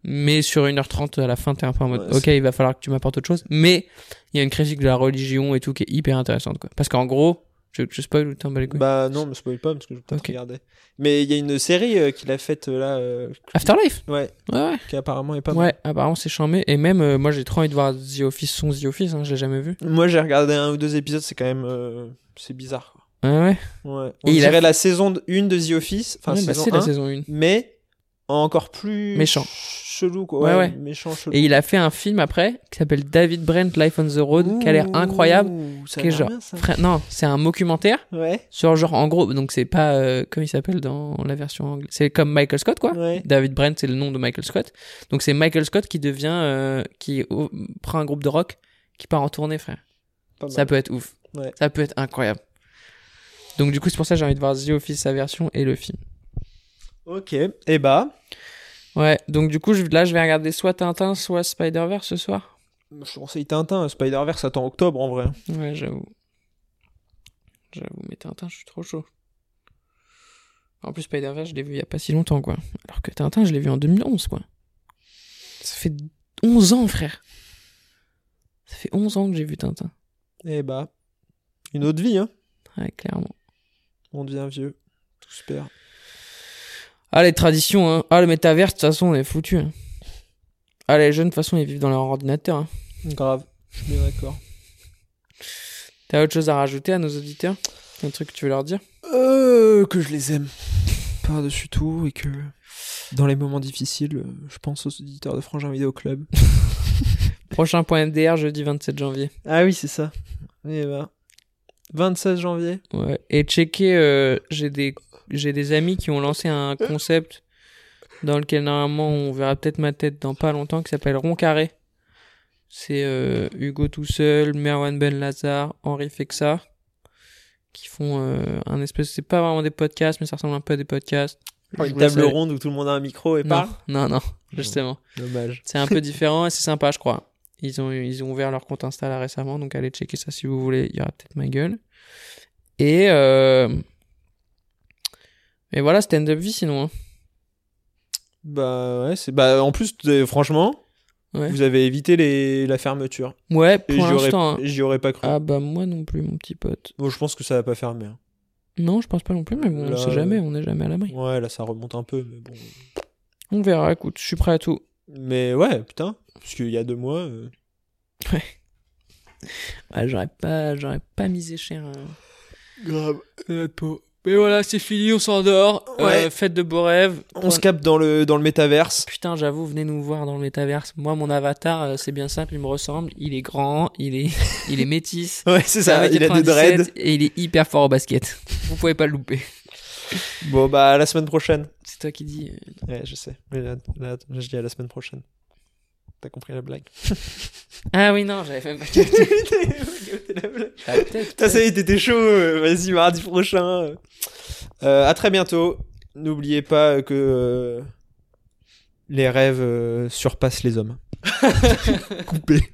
S5: Mais sur 1h30, à la fin, t'es un peu en mode,
S6: Ouais,
S5: ok, il va falloir que tu m'apportes autre chose. Mais il y a une critique de la religion et tout qui est hyper intéressante, quoi. Parce qu'en gros, je, je spoil ou t'en bats les couilles.
S6: Bah non, me spoil pas parce que je vais peut-être
S5: Ok.
S6: regarder. Mais il y a une série euh, qu'il a faite euh, là, euh,
S5: Afterlife.
S6: ouais,
S5: Ouais, ouais.
S6: qui apparemment est pas mal.
S5: Ouais, apparemment, c'est chambé. Et même, euh, moi, j'ai trop envie de voir The Office, son The Office, hein, je l'ai jamais vu.
S6: Moi j'ai regardé un ou deux épisodes, c'est quand même euh, c'est bizarre. Quoi.
S5: Ouais, ouais.
S6: Ouais. On
S5: Et il a
S6: dirait
S5: fait-
S6: la saison 1 de The Office, enfin
S5: Ouais, bah,
S6: saison
S5: c'est
S6: 1,
S5: la saison 1.
S6: mais encore plus
S5: Méchant.
S6: chelou quoi.
S5: Ouais, ouais.
S6: méchant chelou.
S5: Et il a fait un film après qui s'appelle David Brent Life on the Road, qui a l'air
S6: Ouh,
S5: incroyable.
S6: Ça a
S5: qui est
S6: l'air
S5: genre-
S6: bien, ça.
S5: Fra- non, c'est un documentaire
S6: Ouais.
S5: sur genre en gros, donc c'est pas euh, comme il s'appelle dans la version anglaise. C'est comme Michael Scott quoi.
S6: Ouais.
S5: David Brent c'est le nom de Michael Scott. Donc c'est Michael Scott qui devient euh, qui au- prend un groupe de rock qui part en tournée frère.
S6: Pas
S5: Ça
S6: mal.
S5: peut être ouf.
S6: Ah bah. Ouais.
S5: Ça peut être incroyable. Donc du coup c'est pour ça que j'ai envie de voir The Office sa version et le film.
S6: Ok. Et bah,
S5: Ouais, donc du coup je- là je vais regarder soit Tintin soit Spider-Verse ce soir.
S6: je conseille Tintin, Spider-Verse attend octobre en vrai.
S5: Ouais, j'avoue. J'avoue, mais Tintin, je suis trop chaud. En plus, Spider-Verse, je l'ai vu il y a pas si longtemps, quoi. Alors que Tintin, je l'ai vu en 2011, quoi. Ça fait 11 ans, frère. Ça fait 11 ans que j'ai vu Tintin.
S6: Et bah, une autre vie hein.
S5: Ouais, clairement.
S6: On devient vieux. Tout se perd.
S5: Ah, les traditions, hein. Ah, le métavers, de toute façon, on est foutu. Hein. Ah, les jeunes, de toute façon, ils vivent dans leur ordinateur. hein.
S6: Grave.
S5: Je suis bien d'accord. T'as autre chose à rajouter à nos auditeurs Un truc que tu veux leur dire
S6: Euh, que je les aime par-dessus tout et que dans les moments difficiles, euh, je pense aux auditeurs de Frangin Vidéo Club.
S5: Prochain point MDR, jeudi 27 janvier.
S6: Ah oui, c'est ça. Et bah, 26 janvier.
S5: Ouais. Et checker, euh, j'ai des j'ai des amis qui ont lancé un concept dans lequel normalement on verra peut-être ma tête dans pas longtemps qui s'appelle Rond Carré. C'est euh, Hugo tout seul, Merwan Ben Lazar, Henri Fexa qui font euh, un espèce c'est pas vraiment des podcasts mais ça ressemble un peu à des podcasts. Je
S6: Oh, Une
S5: vous
S6: table
S5: laisse-
S6: ronde Mmh. où tout le monde a un micro et
S5: Non,
S6: parle.
S5: non, non, justement.
S6: Dommage.
S5: C'est un peu différent et c'est sympa, je crois. Ils ont, ils ont ouvert leur compte Insta là récemment, donc allez checker ça si vous voulez. Il y aura peut-être ma gueule. Et. Euh... Et voilà, stand-up vie sinon. hein.
S6: Bah ouais, c'est bah en plus t'es- franchement,
S5: Ouais.
S6: vous avez évité les la fermeture.
S5: Ouais,
S6: Et
S5: pour
S6: j'y aurais-
S5: l'instant. hein.
S6: j'y aurais pas cru.
S5: Ah bah moi non plus, mon petit pote.
S6: Bon, je pense que ça va pas fermer. hein.
S5: Non, je pense pas non plus, mais bon, on
S6: Là,
S5: sait jamais, on n'est jamais à l'abri.
S6: Ouais, là ça remonte un peu mais bon.
S5: On verra, écoute, je suis prêt à tout.
S6: Mais ouais, putain, parce qu'il y a deux mois euh,
S5: Ah, j'aurais pas, j'aurais pas misé cher. hein. Grave, Euh, Mais voilà, c'est fini, on s'endort.
S6: Ouais.
S5: Euh, faites de beaux rêves.
S6: on se capte dans le dans le métaverse.
S5: Putain, j'avoue, venez nous voir dans le métaverse. Moi, mon avatar, euh, c'est bien simple, il me ressemble. Il est grand, il est, il est métis.
S6: Ouais, c'est ça,
S5: 1m97,
S6: il a des dreads.
S5: Et il est hyper fort au basket. Vous pouvez pas le louper.
S6: Bon bah à la semaine prochaine.
S5: C'est toi qui dis. euh,
S6: Ouais, je sais. Mais là, là, je dis à la semaine prochaine. T'as compris la blague
S5: Ah oui, non, j'avais même pas
S6: T'as
S5: capté.
S6: capté la blague
S5: Ah, peut-être.
S6: Putain, ça y est, t'étais chaud. euh, Vas-y, mardi prochain. Euh, à très bientôt. N'oubliez pas que euh, les rêves euh, surpassent les hommes. Coupé.